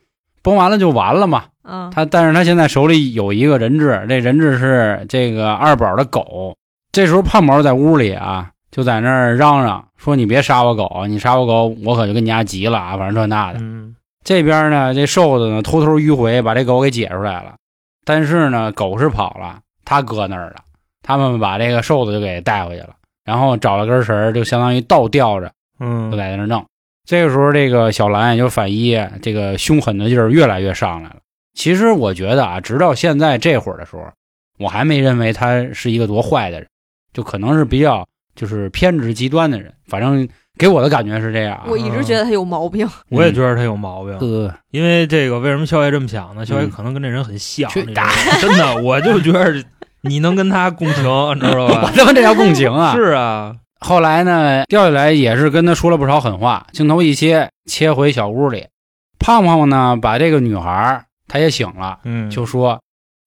[SPEAKER 3] 崩完了就完了嘛。
[SPEAKER 5] 嗯，
[SPEAKER 3] 他但是他现在手里有一个人质，这人质是这个二宝的狗。这时候胖毛在屋里啊，就在那儿嚷嚷说：“你别杀我狗，你杀我狗，我可就跟你家急了啊！”反正这那的。
[SPEAKER 4] 嗯，
[SPEAKER 3] 这边呢，这瘦子呢偷偷迂回把这狗给解出来了，但是呢，狗是跑了，他搁那儿了。他们把这个瘦子就给带回去了，然后找了根绳儿，就相当于倒吊着，
[SPEAKER 4] 嗯
[SPEAKER 3] 就在那儿弄。这个时候，这个小兰也就是反一，这个凶狠的劲儿越来越上来了。其实我觉得啊，直到现在这会儿的时候，我还没认为他是一个多坏的人，就可能是比较就是偏执极端的人。反正给我的感觉是这样啊。
[SPEAKER 5] 我一
[SPEAKER 4] 嗯
[SPEAKER 5] 直觉得他有毛病，
[SPEAKER 4] 我也觉得他有毛病。
[SPEAKER 3] 呃，
[SPEAKER 4] 因为这个，为什么肖爷这么想呢？肖爷
[SPEAKER 3] 嗯
[SPEAKER 4] 可能跟这人很像，
[SPEAKER 3] 去
[SPEAKER 4] 你知道吗 (laughs) 真的，我就觉得你能跟他共情，你
[SPEAKER 3] (laughs)
[SPEAKER 4] 知道
[SPEAKER 3] 我
[SPEAKER 4] 吧？
[SPEAKER 3] 他妈这叫共情啊！
[SPEAKER 4] 是啊，
[SPEAKER 3] 后来呢，掉下来也是跟他说了不少狠话。镜头一切，切回小屋里，胖胖呢把这个女孩儿，她也醒了，
[SPEAKER 4] 嗯
[SPEAKER 3] 就说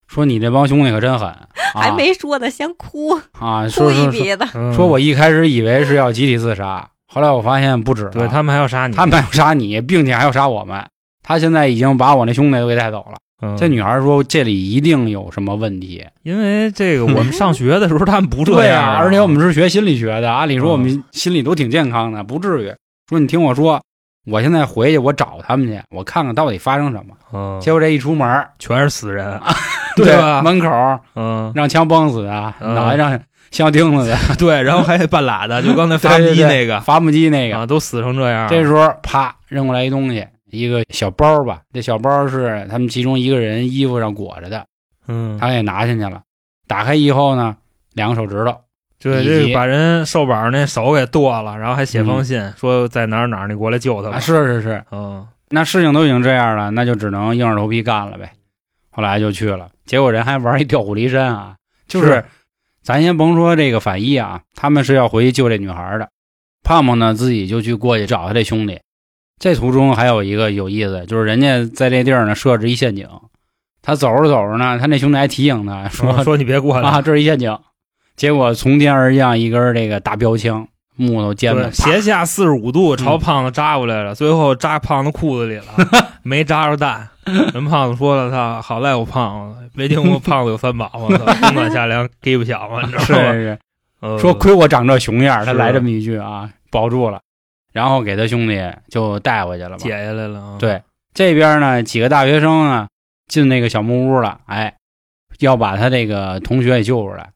[SPEAKER 3] 说你这帮兄弟可真狠，啊、
[SPEAKER 5] 还
[SPEAKER 4] 嗯
[SPEAKER 5] 没说呢，先哭
[SPEAKER 3] 啊，
[SPEAKER 5] 哭
[SPEAKER 3] 说
[SPEAKER 5] 一
[SPEAKER 3] 说说
[SPEAKER 5] 鼻子，
[SPEAKER 3] 说我一开始以为是要集体自杀，后来我发现不止了，
[SPEAKER 4] 对他们还要杀你，
[SPEAKER 3] 啊他们还要杀你，并且还要杀我们。他现在已经把我那兄弟都给带走了。
[SPEAKER 4] 嗯
[SPEAKER 3] 这女孩说这里一定有什么问题，
[SPEAKER 4] 因为这个，我们上学的时候他们不
[SPEAKER 3] (laughs)
[SPEAKER 4] 这
[SPEAKER 3] 对
[SPEAKER 4] 样啊，嗯
[SPEAKER 3] 啊，而且我们是学心理学的，按理说我们心理都挺健康的，不至于。说你听我说，我现在回去我找他们去，我看看到底发生什么。
[SPEAKER 4] 嗯
[SPEAKER 3] 结果这一出门儿，
[SPEAKER 4] 全是死人，
[SPEAKER 3] 啊
[SPEAKER 4] (laughs) 对吧？
[SPEAKER 3] 门口
[SPEAKER 4] 嗯，
[SPEAKER 3] (laughs) 让枪崩死的，
[SPEAKER 4] 嗯
[SPEAKER 3] 脑袋让枪钉子的，
[SPEAKER 4] 对，然后还有半拉 (laughs) 的，就刚才发
[SPEAKER 3] 对对
[SPEAKER 4] 机
[SPEAKER 3] 对
[SPEAKER 4] 那个
[SPEAKER 3] 伐木机那个。
[SPEAKER 4] 啊，都死成这样。
[SPEAKER 3] 这时候啪扔过来一东西，一个小包吧，这小包是他们其中一个人衣服上裹着的，
[SPEAKER 4] 嗯，
[SPEAKER 3] 他也拿进去了。打开以后呢，两个手指头，
[SPEAKER 4] 对，
[SPEAKER 3] 以
[SPEAKER 4] 这
[SPEAKER 3] 及嗯
[SPEAKER 4] 个把人瘦宝那手给剁了，然后还写封信说在哪儿哪儿，你过来救他
[SPEAKER 3] 啊，
[SPEAKER 4] 吧。
[SPEAKER 3] 是是是，
[SPEAKER 4] 嗯
[SPEAKER 3] 那事情都已经这样了，那就只能硬着头皮干了呗。后来就去了，结果人还玩一调虎离山啊，就是
[SPEAKER 4] 是
[SPEAKER 3] 咱先甭说这个反一啊，他们是要回去救这女孩的。胖胖呢自己就去过去找他这兄弟。这途中还有一个有意思，就是人家在这地儿呢设置一陷阱，他走着走着呢，他那兄弟还提醒他说、
[SPEAKER 4] 说说你别过来
[SPEAKER 3] 啊，这是一陷阱。结果从天而降一根这个大标枪，木头尖
[SPEAKER 4] 对
[SPEAKER 3] 的，
[SPEAKER 4] 斜下四十五
[SPEAKER 3] 嗯
[SPEAKER 4] 度朝胖子扎过来了，最后扎胖子裤子里
[SPEAKER 3] (laughs)
[SPEAKER 4] 了，没扎着蛋。人胖子说了：“他好赖我胖子，没听过胖子有三宝吗？冬暖夏凉，给不小嘛，你知
[SPEAKER 3] 是
[SPEAKER 4] 道吗
[SPEAKER 3] 是。
[SPEAKER 4] 呃？”
[SPEAKER 3] 说亏我长这熊样儿，他
[SPEAKER 4] 是
[SPEAKER 3] 来这么一句啊，保住了，然后给他兄弟就带回去了嘛。
[SPEAKER 4] 解下来了啊。
[SPEAKER 3] 对，这边呢几个大学生呢进那个小木屋了，哎，要把他这个同学也救出来，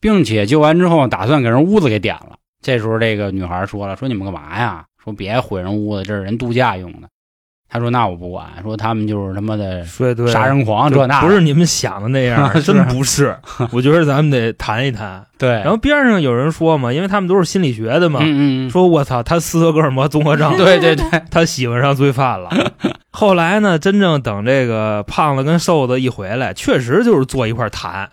[SPEAKER 3] 并且救完之后打算给人屋子给点了。这时候这个女孩说了：“说你们干嘛呀？说别毁人屋子，这是人度假用的。”他说：“那我不管，说他们就是他妈的
[SPEAKER 4] 说对
[SPEAKER 3] 杀人狂，这那的
[SPEAKER 4] 不是你们想的那样，
[SPEAKER 3] (laughs) 是
[SPEAKER 4] 真不是。我觉得咱们得谈一谈。
[SPEAKER 3] (laughs) 对。”
[SPEAKER 4] 然后边上有人说嘛，因为他们都是心理学的嘛，
[SPEAKER 3] 嗯嗯嗯，
[SPEAKER 4] 说我操，他斯德哥尔摩
[SPEAKER 3] (laughs)
[SPEAKER 4] 综合症，
[SPEAKER 3] 对对对，
[SPEAKER 4] 他喜欢上罪犯了。 (laughs) 后来呢，真正等这个胖子跟瘦子一回来，确实就是坐一块儿谈，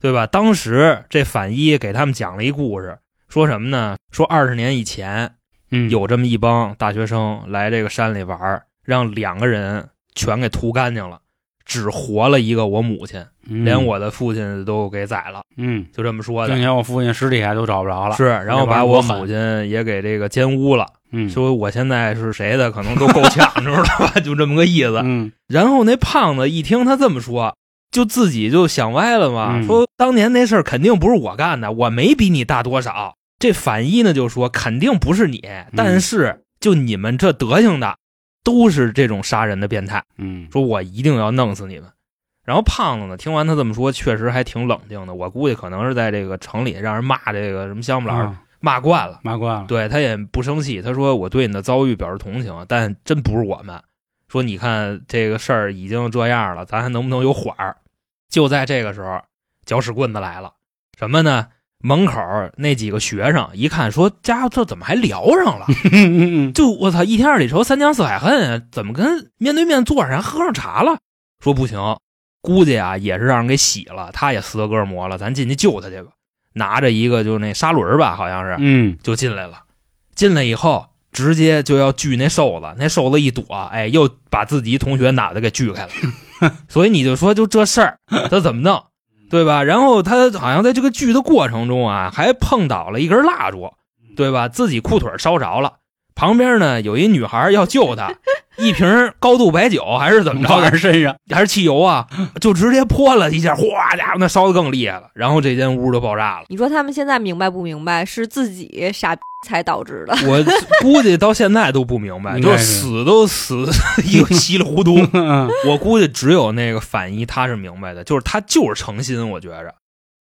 [SPEAKER 4] 对吧？当时这反一给他们讲了一故事，说什么呢？说二十年以前
[SPEAKER 3] 嗯
[SPEAKER 4] 有这么一帮大学生来这个山里玩儿，让两个人全给屠干净了，只活了一个我母亲，
[SPEAKER 3] 嗯
[SPEAKER 4] 连我的父亲都给宰了，
[SPEAKER 3] 嗯，
[SPEAKER 4] 就这么说
[SPEAKER 3] 并
[SPEAKER 4] 的。
[SPEAKER 3] 且我父亲尸体还都找不着了，
[SPEAKER 4] 是，然后
[SPEAKER 3] 这玩意
[SPEAKER 4] 把
[SPEAKER 3] 儿多
[SPEAKER 4] 我
[SPEAKER 3] 狠
[SPEAKER 4] 母亲也给这个奸污了，
[SPEAKER 3] 嗯，
[SPEAKER 4] 说我现在是谁的，可能都够呛，知道吧？ (laughs) 就这么个意思。
[SPEAKER 3] 嗯
[SPEAKER 4] 然后那胖子一听他这么说，就自己就想歪了嘛，
[SPEAKER 3] 嗯
[SPEAKER 4] 说当年那事儿肯定不是我干的，我没比你大多少。这反一呢就说肯定不是你，
[SPEAKER 3] 嗯
[SPEAKER 4] 但是就你们这德行的，都是这种杀人的变态，
[SPEAKER 3] 嗯
[SPEAKER 4] 说我一定要弄死你们。然后胖子呢，听完他这么说，确实还挺冷静的。我估计可能是在这个城里让人骂这个什么乡巴佬、
[SPEAKER 3] 啊
[SPEAKER 4] 骂惯了，
[SPEAKER 3] 麻
[SPEAKER 4] (laughs)
[SPEAKER 3] 惯了，
[SPEAKER 4] 对他也不生气，他说我对你的遭遇表示同情，但真不是我们。说你看这个事儿已经这样了，咱还能不能有缓儿？就在这个时候，搅屎棍子来了，什么呢？门口那几个学生一看，说：“家伙，这怎么还聊上了？
[SPEAKER 3] 嗯嗯
[SPEAKER 4] 就我操，一天二里愁，三江四海恨啊！怎么跟面对面坐着，还喝上茶了？”说不行，估计啊也是让人给洗了，他也斯德哥尔摩了，咱进去救他去吧。拿着一个就是那砂轮儿吧，好像是，
[SPEAKER 3] 嗯
[SPEAKER 4] 就进来了。进来以后，直接就要锯那瘦子，那瘦子一躲，哎，又把自己同学脑袋给锯开了。所以你就说，就这事儿，他怎么弄，对吧？然后他好像在这个锯的过程中啊，还碰倒了一根蜡烛，对吧？自己裤腿烧着了。旁边呢有一女孩要救他，一瓶高度白酒还
[SPEAKER 3] (laughs)
[SPEAKER 4] 是怎么着啊
[SPEAKER 3] 往
[SPEAKER 4] 的
[SPEAKER 3] 人，身
[SPEAKER 4] (laughs)
[SPEAKER 3] 上，
[SPEAKER 4] 还是汽油啊，就直接泼了一下，哗家伙那烧的更厉害了，然后这间屋就爆炸了。
[SPEAKER 5] 你说他们现在明白不明白？是自己傻逼才导致
[SPEAKER 4] (laughs)
[SPEAKER 5] 的。
[SPEAKER 4] 我估计到现在都不明白，
[SPEAKER 3] 应
[SPEAKER 4] 就
[SPEAKER 3] 该
[SPEAKER 4] 是
[SPEAKER 3] 是
[SPEAKER 4] 死都死 (laughs) 一个稀里糊涂。
[SPEAKER 3] (laughs) 嗯
[SPEAKER 4] 我估计只有那个反一他是明白的，就是他就是诚心，我觉着。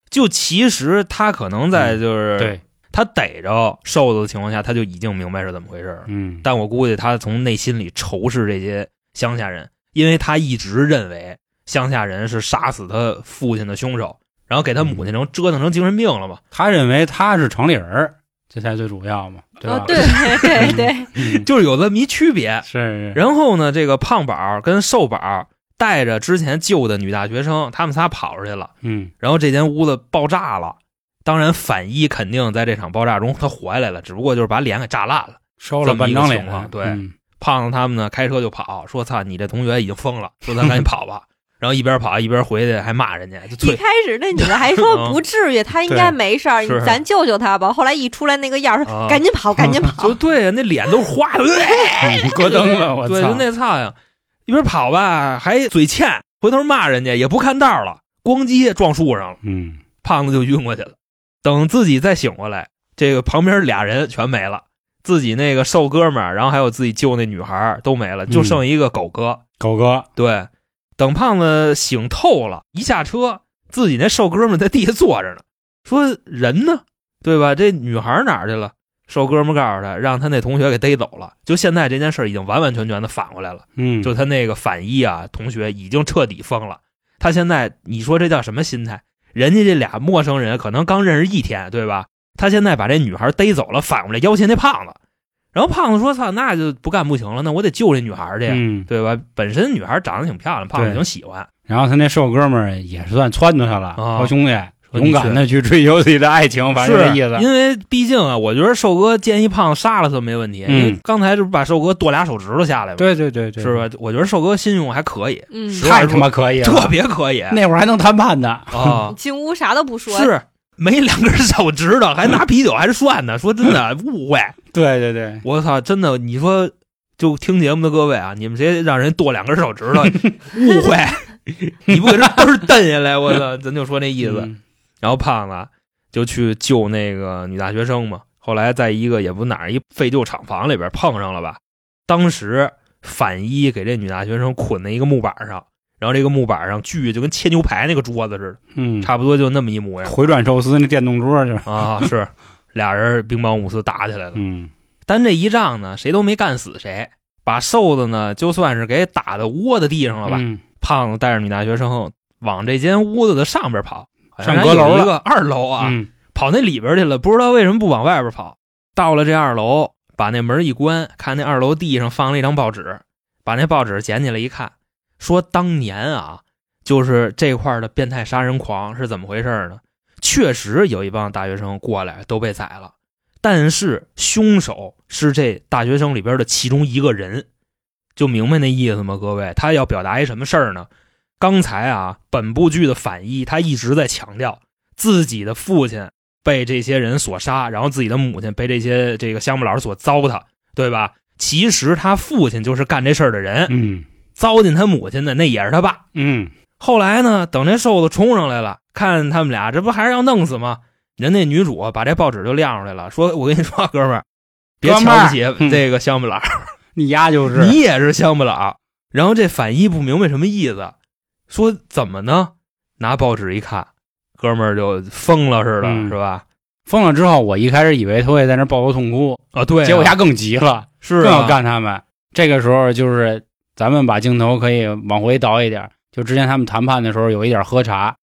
[SPEAKER 4] 就其实他可能在就是、
[SPEAKER 3] 嗯对，
[SPEAKER 4] 他逮着瘦子的情况下，他就已经明白是怎么回事了。
[SPEAKER 3] 嗯
[SPEAKER 4] 但我估计他从内心里仇视这些乡下人，因为他一直认为乡下人是杀死他父亲的凶手，然后给他母
[SPEAKER 3] 嗯
[SPEAKER 4] 亲成折腾成精神病了嘛。
[SPEAKER 3] 他认为他是城里人儿，这才最主要嘛，对吧？
[SPEAKER 5] 哦，对对对，
[SPEAKER 3] 嗯
[SPEAKER 4] 就是有这么一区别。
[SPEAKER 3] 是
[SPEAKER 4] (laughs)
[SPEAKER 3] 是，
[SPEAKER 4] 然后呢，这个胖宝儿跟瘦宝儿带着之前救的女大学生，他们仨跑出去了。
[SPEAKER 3] 嗯
[SPEAKER 4] 然后这间屋子爆炸了，当然反一肯定在这场爆炸中他活下来了，只不过就是把脸给炸烂了。
[SPEAKER 3] 收了半张
[SPEAKER 4] 这么一个
[SPEAKER 3] 脸，
[SPEAKER 4] 情况对
[SPEAKER 3] 嗯
[SPEAKER 4] 胖子他们呢开车就跑，说：“操，你这同学已经疯了，说咱赶紧跑吧。” (laughs) 然后一边跑一边回去还骂人家，就
[SPEAKER 5] 一
[SPEAKER 4] 催。
[SPEAKER 5] 开始那女的还说不至于，她应该没事儿
[SPEAKER 4] 嗯是，
[SPEAKER 5] 咱救救她吧。后来一出来那个样儿，
[SPEAKER 4] 啊
[SPEAKER 5] 说赶紧跑，赶紧
[SPEAKER 4] (laughs)
[SPEAKER 5] 跑
[SPEAKER 4] 就。对呀，那脸都是花的，
[SPEAKER 3] 嗯 (laughs) 咯噔了，我
[SPEAKER 4] 对，
[SPEAKER 3] 操
[SPEAKER 4] 就，那操呀，一边跑吧还嘴欠，回头骂人家也不看道了，咣叽撞树上了。
[SPEAKER 3] 嗯
[SPEAKER 4] 胖子就晕过去了。等自己再醒过来，这个旁边俩人全没了，自己那个瘦哥们儿，然后还有自己救那女孩儿都没了，就剩一个狗哥。
[SPEAKER 3] 狗哥，
[SPEAKER 4] 对，等胖子醒透了，一下车，自己那瘦哥们儿在地下坐着呢，说人呢？对吧？这女孩儿哪儿去了？瘦哥们儿告诉他，让他那同学给逮走了。就现在这件事儿已经完完全全的反过来了。
[SPEAKER 3] 嗯，
[SPEAKER 4] 就他那个反一啊，同学已经彻底疯了。他现在你说这叫什么心态？人家这俩陌生人可能刚认识一天，对吧？他现在把这女孩逮走了，反过来要挟那胖子。然后胖子说：“操，那就不干不行了，那我得救这女孩去呀，
[SPEAKER 3] 嗯，
[SPEAKER 4] 对吧？本身女孩长得挺漂亮，胖子
[SPEAKER 3] 对
[SPEAKER 4] 挺喜欢。
[SPEAKER 3] 然后他那瘦哥们儿也算撺掇他了，
[SPEAKER 4] 啊
[SPEAKER 3] 说兄弟，
[SPEAKER 4] 说
[SPEAKER 3] 勇
[SPEAKER 4] 你
[SPEAKER 3] 敢的去追求自己的爱情，反正这意思，
[SPEAKER 4] 因为毕竟啊，我觉得瘦哥建议胖子杀了他没问题。
[SPEAKER 3] 嗯
[SPEAKER 4] 因为刚才这不把瘦哥剁俩手指头下来吗？
[SPEAKER 3] 对对对对，
[SPEAKER 4] 是？吧？我觉得瘦哥信用还可以，
[SPEAKER 5] 嗯，
[SPEAKER 4] 实话
[SPEAKER 3] 太
[SPEAKER 4] 说
[SPEAKER 3] 他妈可以
[SPEAKER 4] 特
[SPEAKER 3] 了，
[SPEAKER 4] 别可以哦啊。
[SPEAKER 3] 那会儿还能谈判呢， (laughs)
[SPEAKER 5] 进屋啥都不说，
[SPEAKER 4] 是没两根手指头，还拿啤酒还是涮呢。说真的，误会，
[SPEAKER 3] 对对对，
[SPEAKER 4] 我操，真的，你说就听节目的各位啊，你们谁让人剁两根手指头，误会， (laughs) 你不给这嘚儿蹬下来，我操，咱就说那意思。
[SPEAKER 3] 嗯
[SPEAKER 4] 然后胖子就去救那个女大学生嘛，后来在一个也不哪儿一废旧厂房里边碰上了吧，当时反一给这女大学生捆在一个木板上。然后这个木板上锯就跟切牛排那个桌子似的，
[SPEAKER 3] 嗯，
[SPEAKER 4] 差不多就那么一模样。
[SPEAKER 3] 回转寿司那电动桌就是，
[SPEAKER 4] 啊，是俩人乒乓五四打起来了。
[SPEAKER 3] 嗯
[SPEAKER 4] 但这一仗呢，谁都没干死谁，把瘦子呢就算是给打的窝在地上了吧。
[SPEAKER 3] 嗯
[SPEAKER 4] 胖子带着女大学生往这间屋子的上边跑，好像
[SPEAKER 3] 上阁楼
[SPEAKER 4] 有
[SPEAKER 3] 了
[SPEAKER 4] 一个二楼啊，
[SPEAKER 3] 嗯
[SPEAKER 4] 跑那里边去了。不知道为什么不往外边跑。到了这二楼，把那门一关，看那二楼地上放了一张报纸，把那报纸捡起来一看，说当年啊，就是这块儿的变态杀人狂是怎么回事呢？确实有一帮大学生过来都被宰了，但是凶手是这大学生里边的其中一个人，就明白那意思吗？各位，他要表达一什么事儿呢？刚才啊，本部剧的反一他一直在强调自己的父亲被这些人所杀，然后自己的母亲被这些这个香木老师所糟蹋，对吧？其实他父亲就是干这事儿的人，
[SPEAKER 3] 嗯
[SPEAKER 4] 糟践他母亲的那也是他爸。
[SPEAKER 3] 嗯
[SPEAKER 4] 后来呢，等这瘦子冲上来了，看他们俩，这不还是要弄死吗？人那女主把这报纸就亮出来了，说：“我跟你说啊，哥们儿， (laughs) 别
[SPEAKER 3] 哥们儿
[SPEAKER 4] 瞧不起这个乡巴 (laughs) 佬，
[SPEAKER 3] 你丫就是
[SPEAKER 4] 你也是乡巴佬。”然后这反一不明白什么意思，说怎么呢？拿报纸一看，哥们儿就疯了似的，
[SPEAKER 3] 嗯
[SPEAKER 4] 是吧？
[SPEAKER 3] 疯了之后，我一开始以为他会在那儿抱头痛哭，
[SPEAKER 4] 啊，对啊
[SPEAKER 3] 结果丫更急了，
[SPEAKER 4] 是
[SPEAKER 3] 更要
[SPEAKER 4] 啊
[SPEAKER 3] 干他们。这个时候就是咱们把镜头可以往回倒一点，就之前他们谈判的时候有一点喝茶，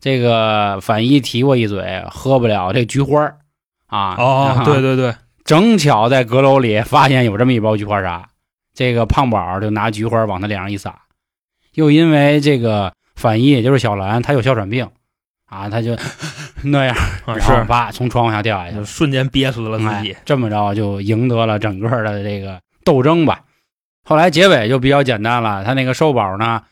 [SPEAKER 3] 这个反一提过一嘴，喝不了这菊花儿啊。 (laughs)
[SPEAKER 4] 哦，对，对对，
[SPEAKER 3] 正巧在阁楼里发现有这么一包菊花茶，这个胖宝儿就拿菊花往他脸上一撒，又因为这个反一也就是小兰，她有哮喘病啊，她就 (laughs) 那样，
[SPEAKER 4] 啊
[SPEAKER 3] 然后
[SPEAKER 4] 是，
[SPEAKER 3] 啪从窗户下掉下去了
[SPEAKER 4] 就。瞬间憋死了自
[SPEAKER 3] 哎
[SPEAKER 4] 己。
[SPEAKER 3] 这么着就赢得了整个的这个斗争吧。后来结尾就比较简单了，他那个瘦宝呢，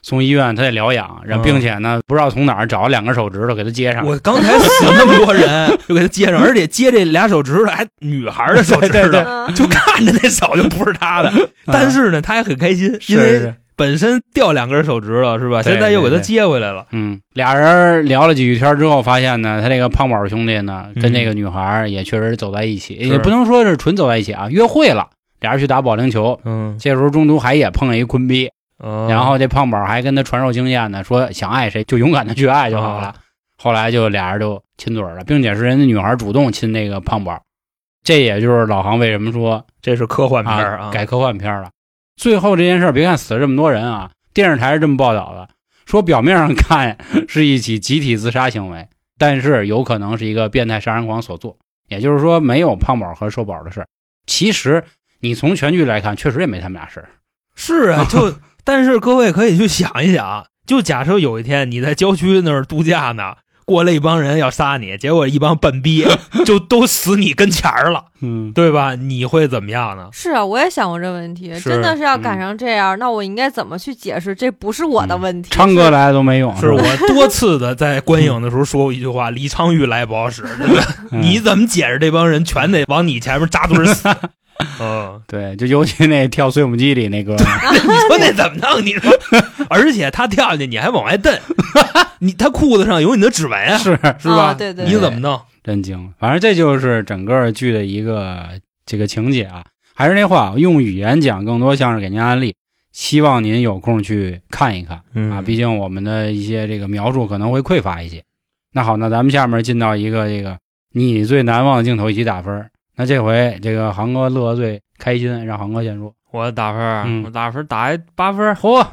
[SPEAKER 3] 从医院他得疗养，然后
[SPEAKER 4] 嗯
[SPEAKER 3] 并且呢不知道从哪儿找了两根手指头给他接上，
[SPEAKER 4] 我刚才死那么
[SPEAKER 3] (laughs)
[SPEAKER 4] 多人，就给他接上，而且接这俩手指头还女孩的手指
[SPEAKER 3] 对对
[SPEAKER 4] 头
[SPEAKER 3] 对，嗯
[SPEAKER 5] 嗯
[SPEAKER 4] 就看着那手就不是他的。但是呢，他还很开心，
[SPEAKER 3] 是
[SPEAKER 4] 因为
[SPEAKER 3] 是
[SPEAKER 4] 本身掉两根手指头是吧？
[SPEAKER 3] 对
[SPEAKER 4] 现在又给他接回来了。
[SPEAKER 3] 嗯，俩人聊了几句天之后，发现呢，他这个胖宝兄弟呢
[SPEAKER 4] 嗯
[SPEAKER 3] 跟这个女孩也确实走在一起，
[SPEAKER 4] 是
[SPEAKER 3] 也不能说是纯走在一起啊，约会了，俩人去打保龄球。
[SPEAKER 4] 嗯，
[SPEAKER 3] 这时候中途还也碰见一坤逼，然
[SPEAKER 4] 然
[SPEAKER 3] 后这胖宝还跟他传授经验呢，说想爱谁就勇敢的去爱就好了。
[SPEAKER 4] 啊
[SPEAKER 3] 后来就俩人就亲嘴儿了，并且是人家女孩主动亲那个胖宝，这也就是老航为什么说
[SPEAKER 4] 这是科幻片儿
[SPEAKER 3] 啊
[SPEAKER 4] 啊，
[SPEAKER 3] 改科幻片了。最后这件事儿，别看死了这么多人啊，电视台是这么报道的，说表面上看 (laughs) 是一起集体自杀行为，但是有可能是一个变态杀人狂所做，也就是说没有胖宝和瘦宝的事儿。其实你从全剧来看，确实也没他们俩事儿。
[SPEAKER 4] 是
[SPEAKER 3] (laughs)
[SPEAKER 4] 啊，就但是各位可以去想一想，就假设有一天你在郊区那儿度假呢。过来一帮人要杀你，结果一帮
[SPEAKER 3] (laughs)
[SPEAKER 4] 笨逼就都死你跟前儿了，
[SPEAKER 3] 嗯，
[SPEAKER 4] 对吧？你会怎么样呢？
[SPEAKER 5] 是啊，我也想过这问题，
[SPEAKER 4] 是
[SPEAKER 5] 真的是要赶
[SPEAKER 3] 嗯
[SPEAKER 5] 成这样，那我应该怎么去解释？这不是我的
[SPEAKER 3] 嗯
[SPEAKER 5] 问题。
[SPEAKER 3] 昌哥来了都没用，
[SPEAKER 4] (laughs) 是
[SPEAKER 3] 吧
[SPEAKER 4] 我多次的在观影的时候说过一句话：“李昌钰来不 (laughs) 好使。”
[SPEAKER 3] 嗯
[SPEAKER 4] 你怎么解释这帮人全得往你前面扎堆儿 (laughs) 死？嗯， (laughs)
[SPEAKER 3] 对，就尤其那跳碎母机里那个，
[SPEAKER 4] 你说那怎么弄？ (laughs) 你说，而且他跳下去，你还往外 (laughs) 蹬，你他裤子上有你的指纹啊，
[SPEAKER 3] 是
[SPEAKER 4] (laughs) 是吧？
[SPEAKER 5] 啊对对
[SPEAKER 4] 你
[SPEAKER 5] 对
[SPEAKER 4] 怎么弄？
[SPEAKER 3] 真惊了。反正这就是整个剧的一个这个情节啊。还是那话，用语言讲更多像是给您安利，希望您有空去看一看
[SPEAKER 4] 嗯
[SPEAKER 3] 啊。毕竟我们的一些这个描述可能会匮乏一些。那好，那咱们下面进到一个这个你最难忘的镜头以及打分儿。那这回这个航哥乐得最开心，让航哥先说。
[SPEAKER 4] 我打分儿啊
[SPEAKER 3] 嗯
[SPEAKER 4] 我打分儿打一八分儿，
[SPEAKER 3] 嚯、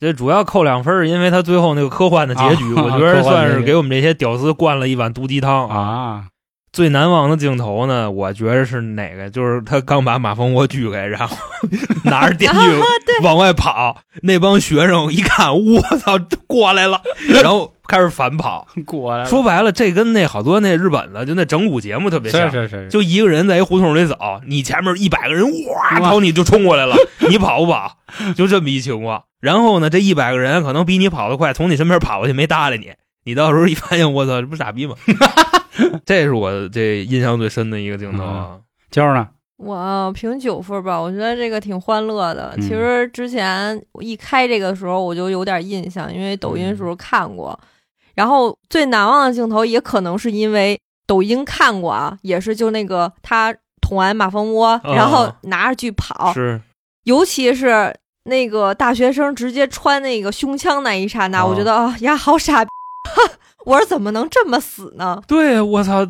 [SPEAKER 4] 这主要扣两分儿，因为他最后那个科幻的结局，
[SPEAKER 3] 啊
[SPEAKER 4] 我觉得
[SPEAKER 3] 科幻
[SPEAKER 4] 算
[SPEAKER 3] 结
[SPEAKER 4] 是
[SPEAKER 3] 局
[SPEAKER 4] 给我们这些屌丝灌了一碗毒鸡汤。
[SPEAKER 3] 啊！
[SPEAKER 4] 最难忘的镜头呢，我觉得是哪个？就是他刚把马蜂窝锯开，然后 (laughs) 拿着电锯往外跑，那帮学生一看，我操，过来了，然后开始反跑。
[SPEAKER 3] 过来了，
[SPEAKER 4] 说白了，这跟那好多那日本的就那整蛊节目特别像
[SPEAKER 3] 是。是是，
[SPEAKER 4] 就一个人在一胡同里走，你前面一百个人哇
[SPEAKER 3] 哇
[SPEAKER 4] 朝你就冲过来了，你跑不跑？就这么一情况。然后呢，这一百个人可能比你跑得快，从你身边跑过去没搭理你，你到时候一发现，我操，这不傻逼吗？ (laughs) 这是我这印象最深的一个镜头啊。
[SPEAKER 3] 就是呢，
[SPEAKER 5] 我评九分吧，我觉得这个挺欢乐的。
[SPEAKER 3] 嗯
[SPEAKER 5] 其实之前一开这个时候我就有点印象，因为抖
[SPEAKER 4] 嗯
[SPEAKER 5] 音时候看过。然后最难忘的镜头也可能是因为抖音看过啊，也是就那个他捅完马蜂窝，
[SPEAKER 4] 哦
[SPEAKER 5] 然后拿着锯跑，
[SPEAKER 4] 是
[SPEAKER 5] 尤其是那个大学生直接穿那个胸腔那一刹那，
[SPEAKER 4] 哦
[SPEAKER 5] 我觉得啊呀好傻逼，我说怎么能这么死呢？
[SPEAKER 4] 对，我 (laughs) 操，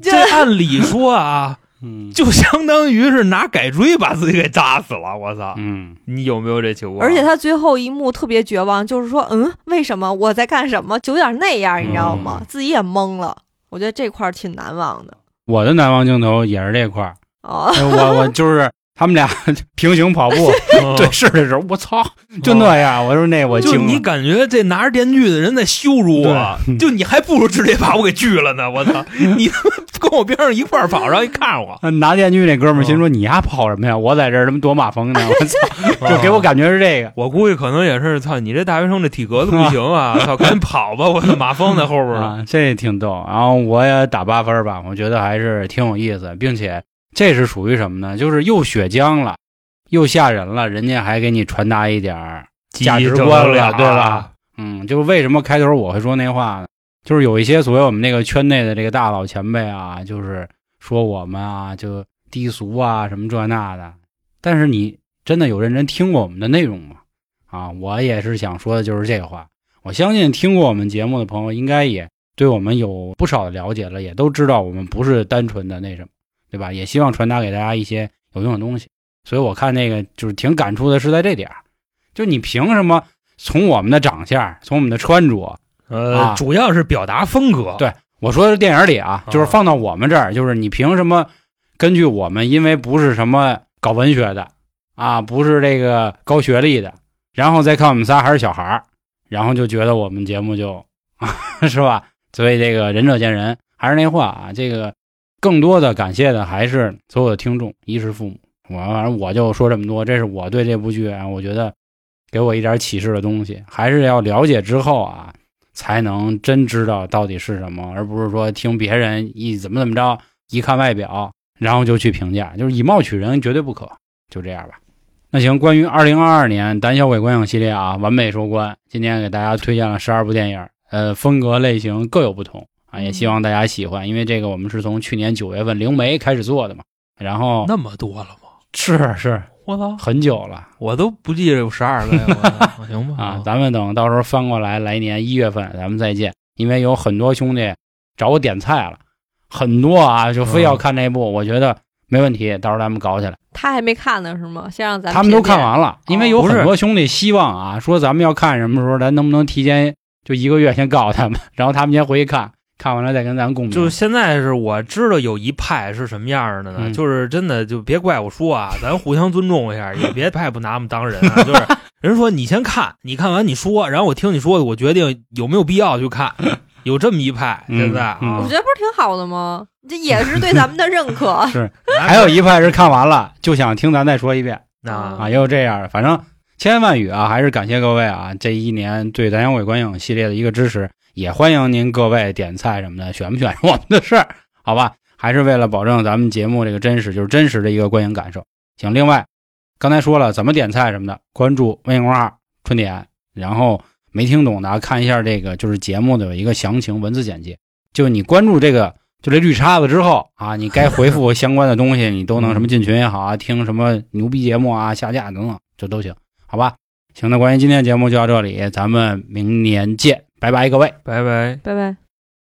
[SPEAKER 4] 这按理说啊，
[SPEAKER 3] 嗯
[SPEAKER 4] 就相当于是拿改锥把自己给扎死了。我操，
[SPEAKER 3] 嗯，
[SPEAKER 4] 你有没有这情况？
[SPEAKER 5] 而且他最后一幕特别绝望，就是说，嗯，为什么我在干什么？就有点那样，你知道
[SPEAKER 3] 嗯
[SPEAKER 5] 吗？自己也懵了。我觉得这块儿挺难忘的
[SPEAKER 3] 我的难忘镜头也是这块儿。
[SPEAKER 5] 哦，
[SPEAKER 3] 哎我我就是他们俩 (laughs) 平行跑步对
[SPEAKER 4] 对，
[SPEAKER 3] 视的时候，我操，就
[SPEAKER 4] 哦
[SPEAKER 3] 那样。我说那我
[SPEAKER 4] 就
[SPEAKER 3] 惊
[SPEAKER 4] 你
[SPEAKER 3] 了，
[SPEAKER 4] 感觉这拿着电锯的人在羞辱我，就你还不如直接把我给锯了呢！
[SPEAKER 3] (laughs)
[SPEAKER 4] 我操，你他妈跟我边上一块儿跑，然后一看着我，
[SPEAKER 3] 拿电锯那哥们儿心说你丫跑什么呀？我在这儿他妈躲马蜂呢，我操！ (laughs)
[SPEAKER 4] 啊
[SPEAKER 3] 就给我感觉是这个。
[SPEAKER 4] 我估计可能也是，操你这大学生这体格子不行
[SPEAKER 3] (laughs)
[SPEAKER 4] 啊！操，赶紧跑吧！我操，马蜂在后边呢。
[SPEAKER 3] 啊，这也挺逗。然后我也打八分吧，我觉得还是挺有意思，并且这是属于什么呢？就是又血浆了，又吓人了，人家还给你传达一点儿价值观了，对
[SPEAKER 4] 啊
[SPEAKER 3] 吧？？嗯，就是为什么开头我会说那话呢？就是有一些所谓我们那个圈内的这个大佬前辈啊，就是说我们啊就低俗啊什么这那的，但是你真的有认真听过我们的内容吗？啊，我也是想说的就是这个话。我相信听过我们节目的朋友，应该也对我们有不少的了解了，也都知道我们不是单纯的那什么，对吧？也希望传达给大家一些有用的东西。所以我看那个就是挺感触的，是在这点儿，就你凭什么从我们的长相，从我们的穿着，
[SPEAKER 4] 呃
[SPEAKER 3] 啊，
[SPEAKER 4] 主要是表达风格。
[SPEAKER 3] 对我说的是电影里啊，
[SPEAKER 4] 啊
[SPEAKER 3] 就是放到我们这儿，就是你凭什么根据我们，因为不是什么搞文学的啊，不是这个高学历的，然后再看我们仨还是小孩儿，然后就觉得我们节目就 (laughs) 是吧？所以这个仁者见仁，还是那话啊，这个更多的感谢的还是所有的听众，衣食父母。我反正我就说这么多，这是我对这部剧啊，我觉得给我一点启示的东西，还是要了解之后啊，才能真知道到底是什么，而不是说听别人一怎么怎么着，一看外表，然后就去评价，就是以貌取人，绝对不可。就这样吧。那行，关于二零二二年胆小鬼观影系列啊，完美收官。今天给大家推荐了十二部电影，呃，风格类型各有不同啊，也希望大家喜欢，因为这个我们是从去年九月份灵媒开始做的嘛，然后
[SPEAKER 4] 那么多了吗？
[SPEAKER 3] 是是
[SPEAKER 4] 我操，
[SPEAKER 3] 很久了。
[SPEAKER 4] 我都不记得有十二
[SPEAKER 3] (laughs)
[SPEAKER 4] 个呀！我行吧
[SPEAKER 3] 啊，咱们等到时候翻过来，来年一月份咱们再见，因为有很多兄弟找我点菜了，很多啊，就非要看这部，我觉得没问题，到时候咱们搞起来。
[SPEAKER 5] 他还没看呢是吗？先让咱
[SPEAKER 3] 他们都
[SPEAKER 5] 评
[SPEAKER 3] 看
[SPEAKER 5] 鉴，
[SPEAKER 3] 完了，因为有很多兄弟希望啊，说咱们要看什么时候，咱能不能提前就一个月先告诉他们，然后他们先回去看，看完了再跟咱共鸣。
[SPEAKER 4] 就现在是我知道有一派是什么样的呢？
[SPEAKER 3] 嗯
[SPEAKER 4] 就是真的就别怪我
[SPEAKER 3] (laughs)
[SPEAKER 4] 说啊，咱互相尊重一下，也别太不拿我们当人啊。就是人说你先看，你看完你说，然后我听你说的，我决定有没有必要
[SPEAKER 3] (laughs)
[SPEAKER 4] 去看。有这么一派，
[SPEAKER 3] 嗯
[SPEAKER 4] 现在啊，
[SPEAKER 3] 嗯。
[SPEAKER 5] 我觉得不是挺好的吗？这也是对咱们的认可 (laughs)
[SPEAKER 3] 是还有一派是看完了就想听咱再说一遍
[SPEAKER 4] 那
[SPEAKER 3] 啊，也有这样的，反正。千言万语啊，还是感谢各位啊！这一年对南阳伟观影系列的一个支持，也欢迎您各位点菜什么的，选不 (laughs) 选是我们的事儿，好吧？还是为了保证咱们节目这个真实，就是真实的一个观影感受。行，另外刚才说了怎么点菜什么的，关注微信公众号“春点”，然后没听懂的啊看一下这个就是节目的有一个详情文字简介，就你关注这个就这绿叉子之后啊，你该回复相关的东西，你都能什么进群也好啊，听什么牛逼节目啊、下架等等，这都行，好吧？行，那关于今天的节目就到这里，咱们明年见，拜拜，各位。
[SPEAKER 4] 拜拜。
[SPEAKER 5] 拜拜。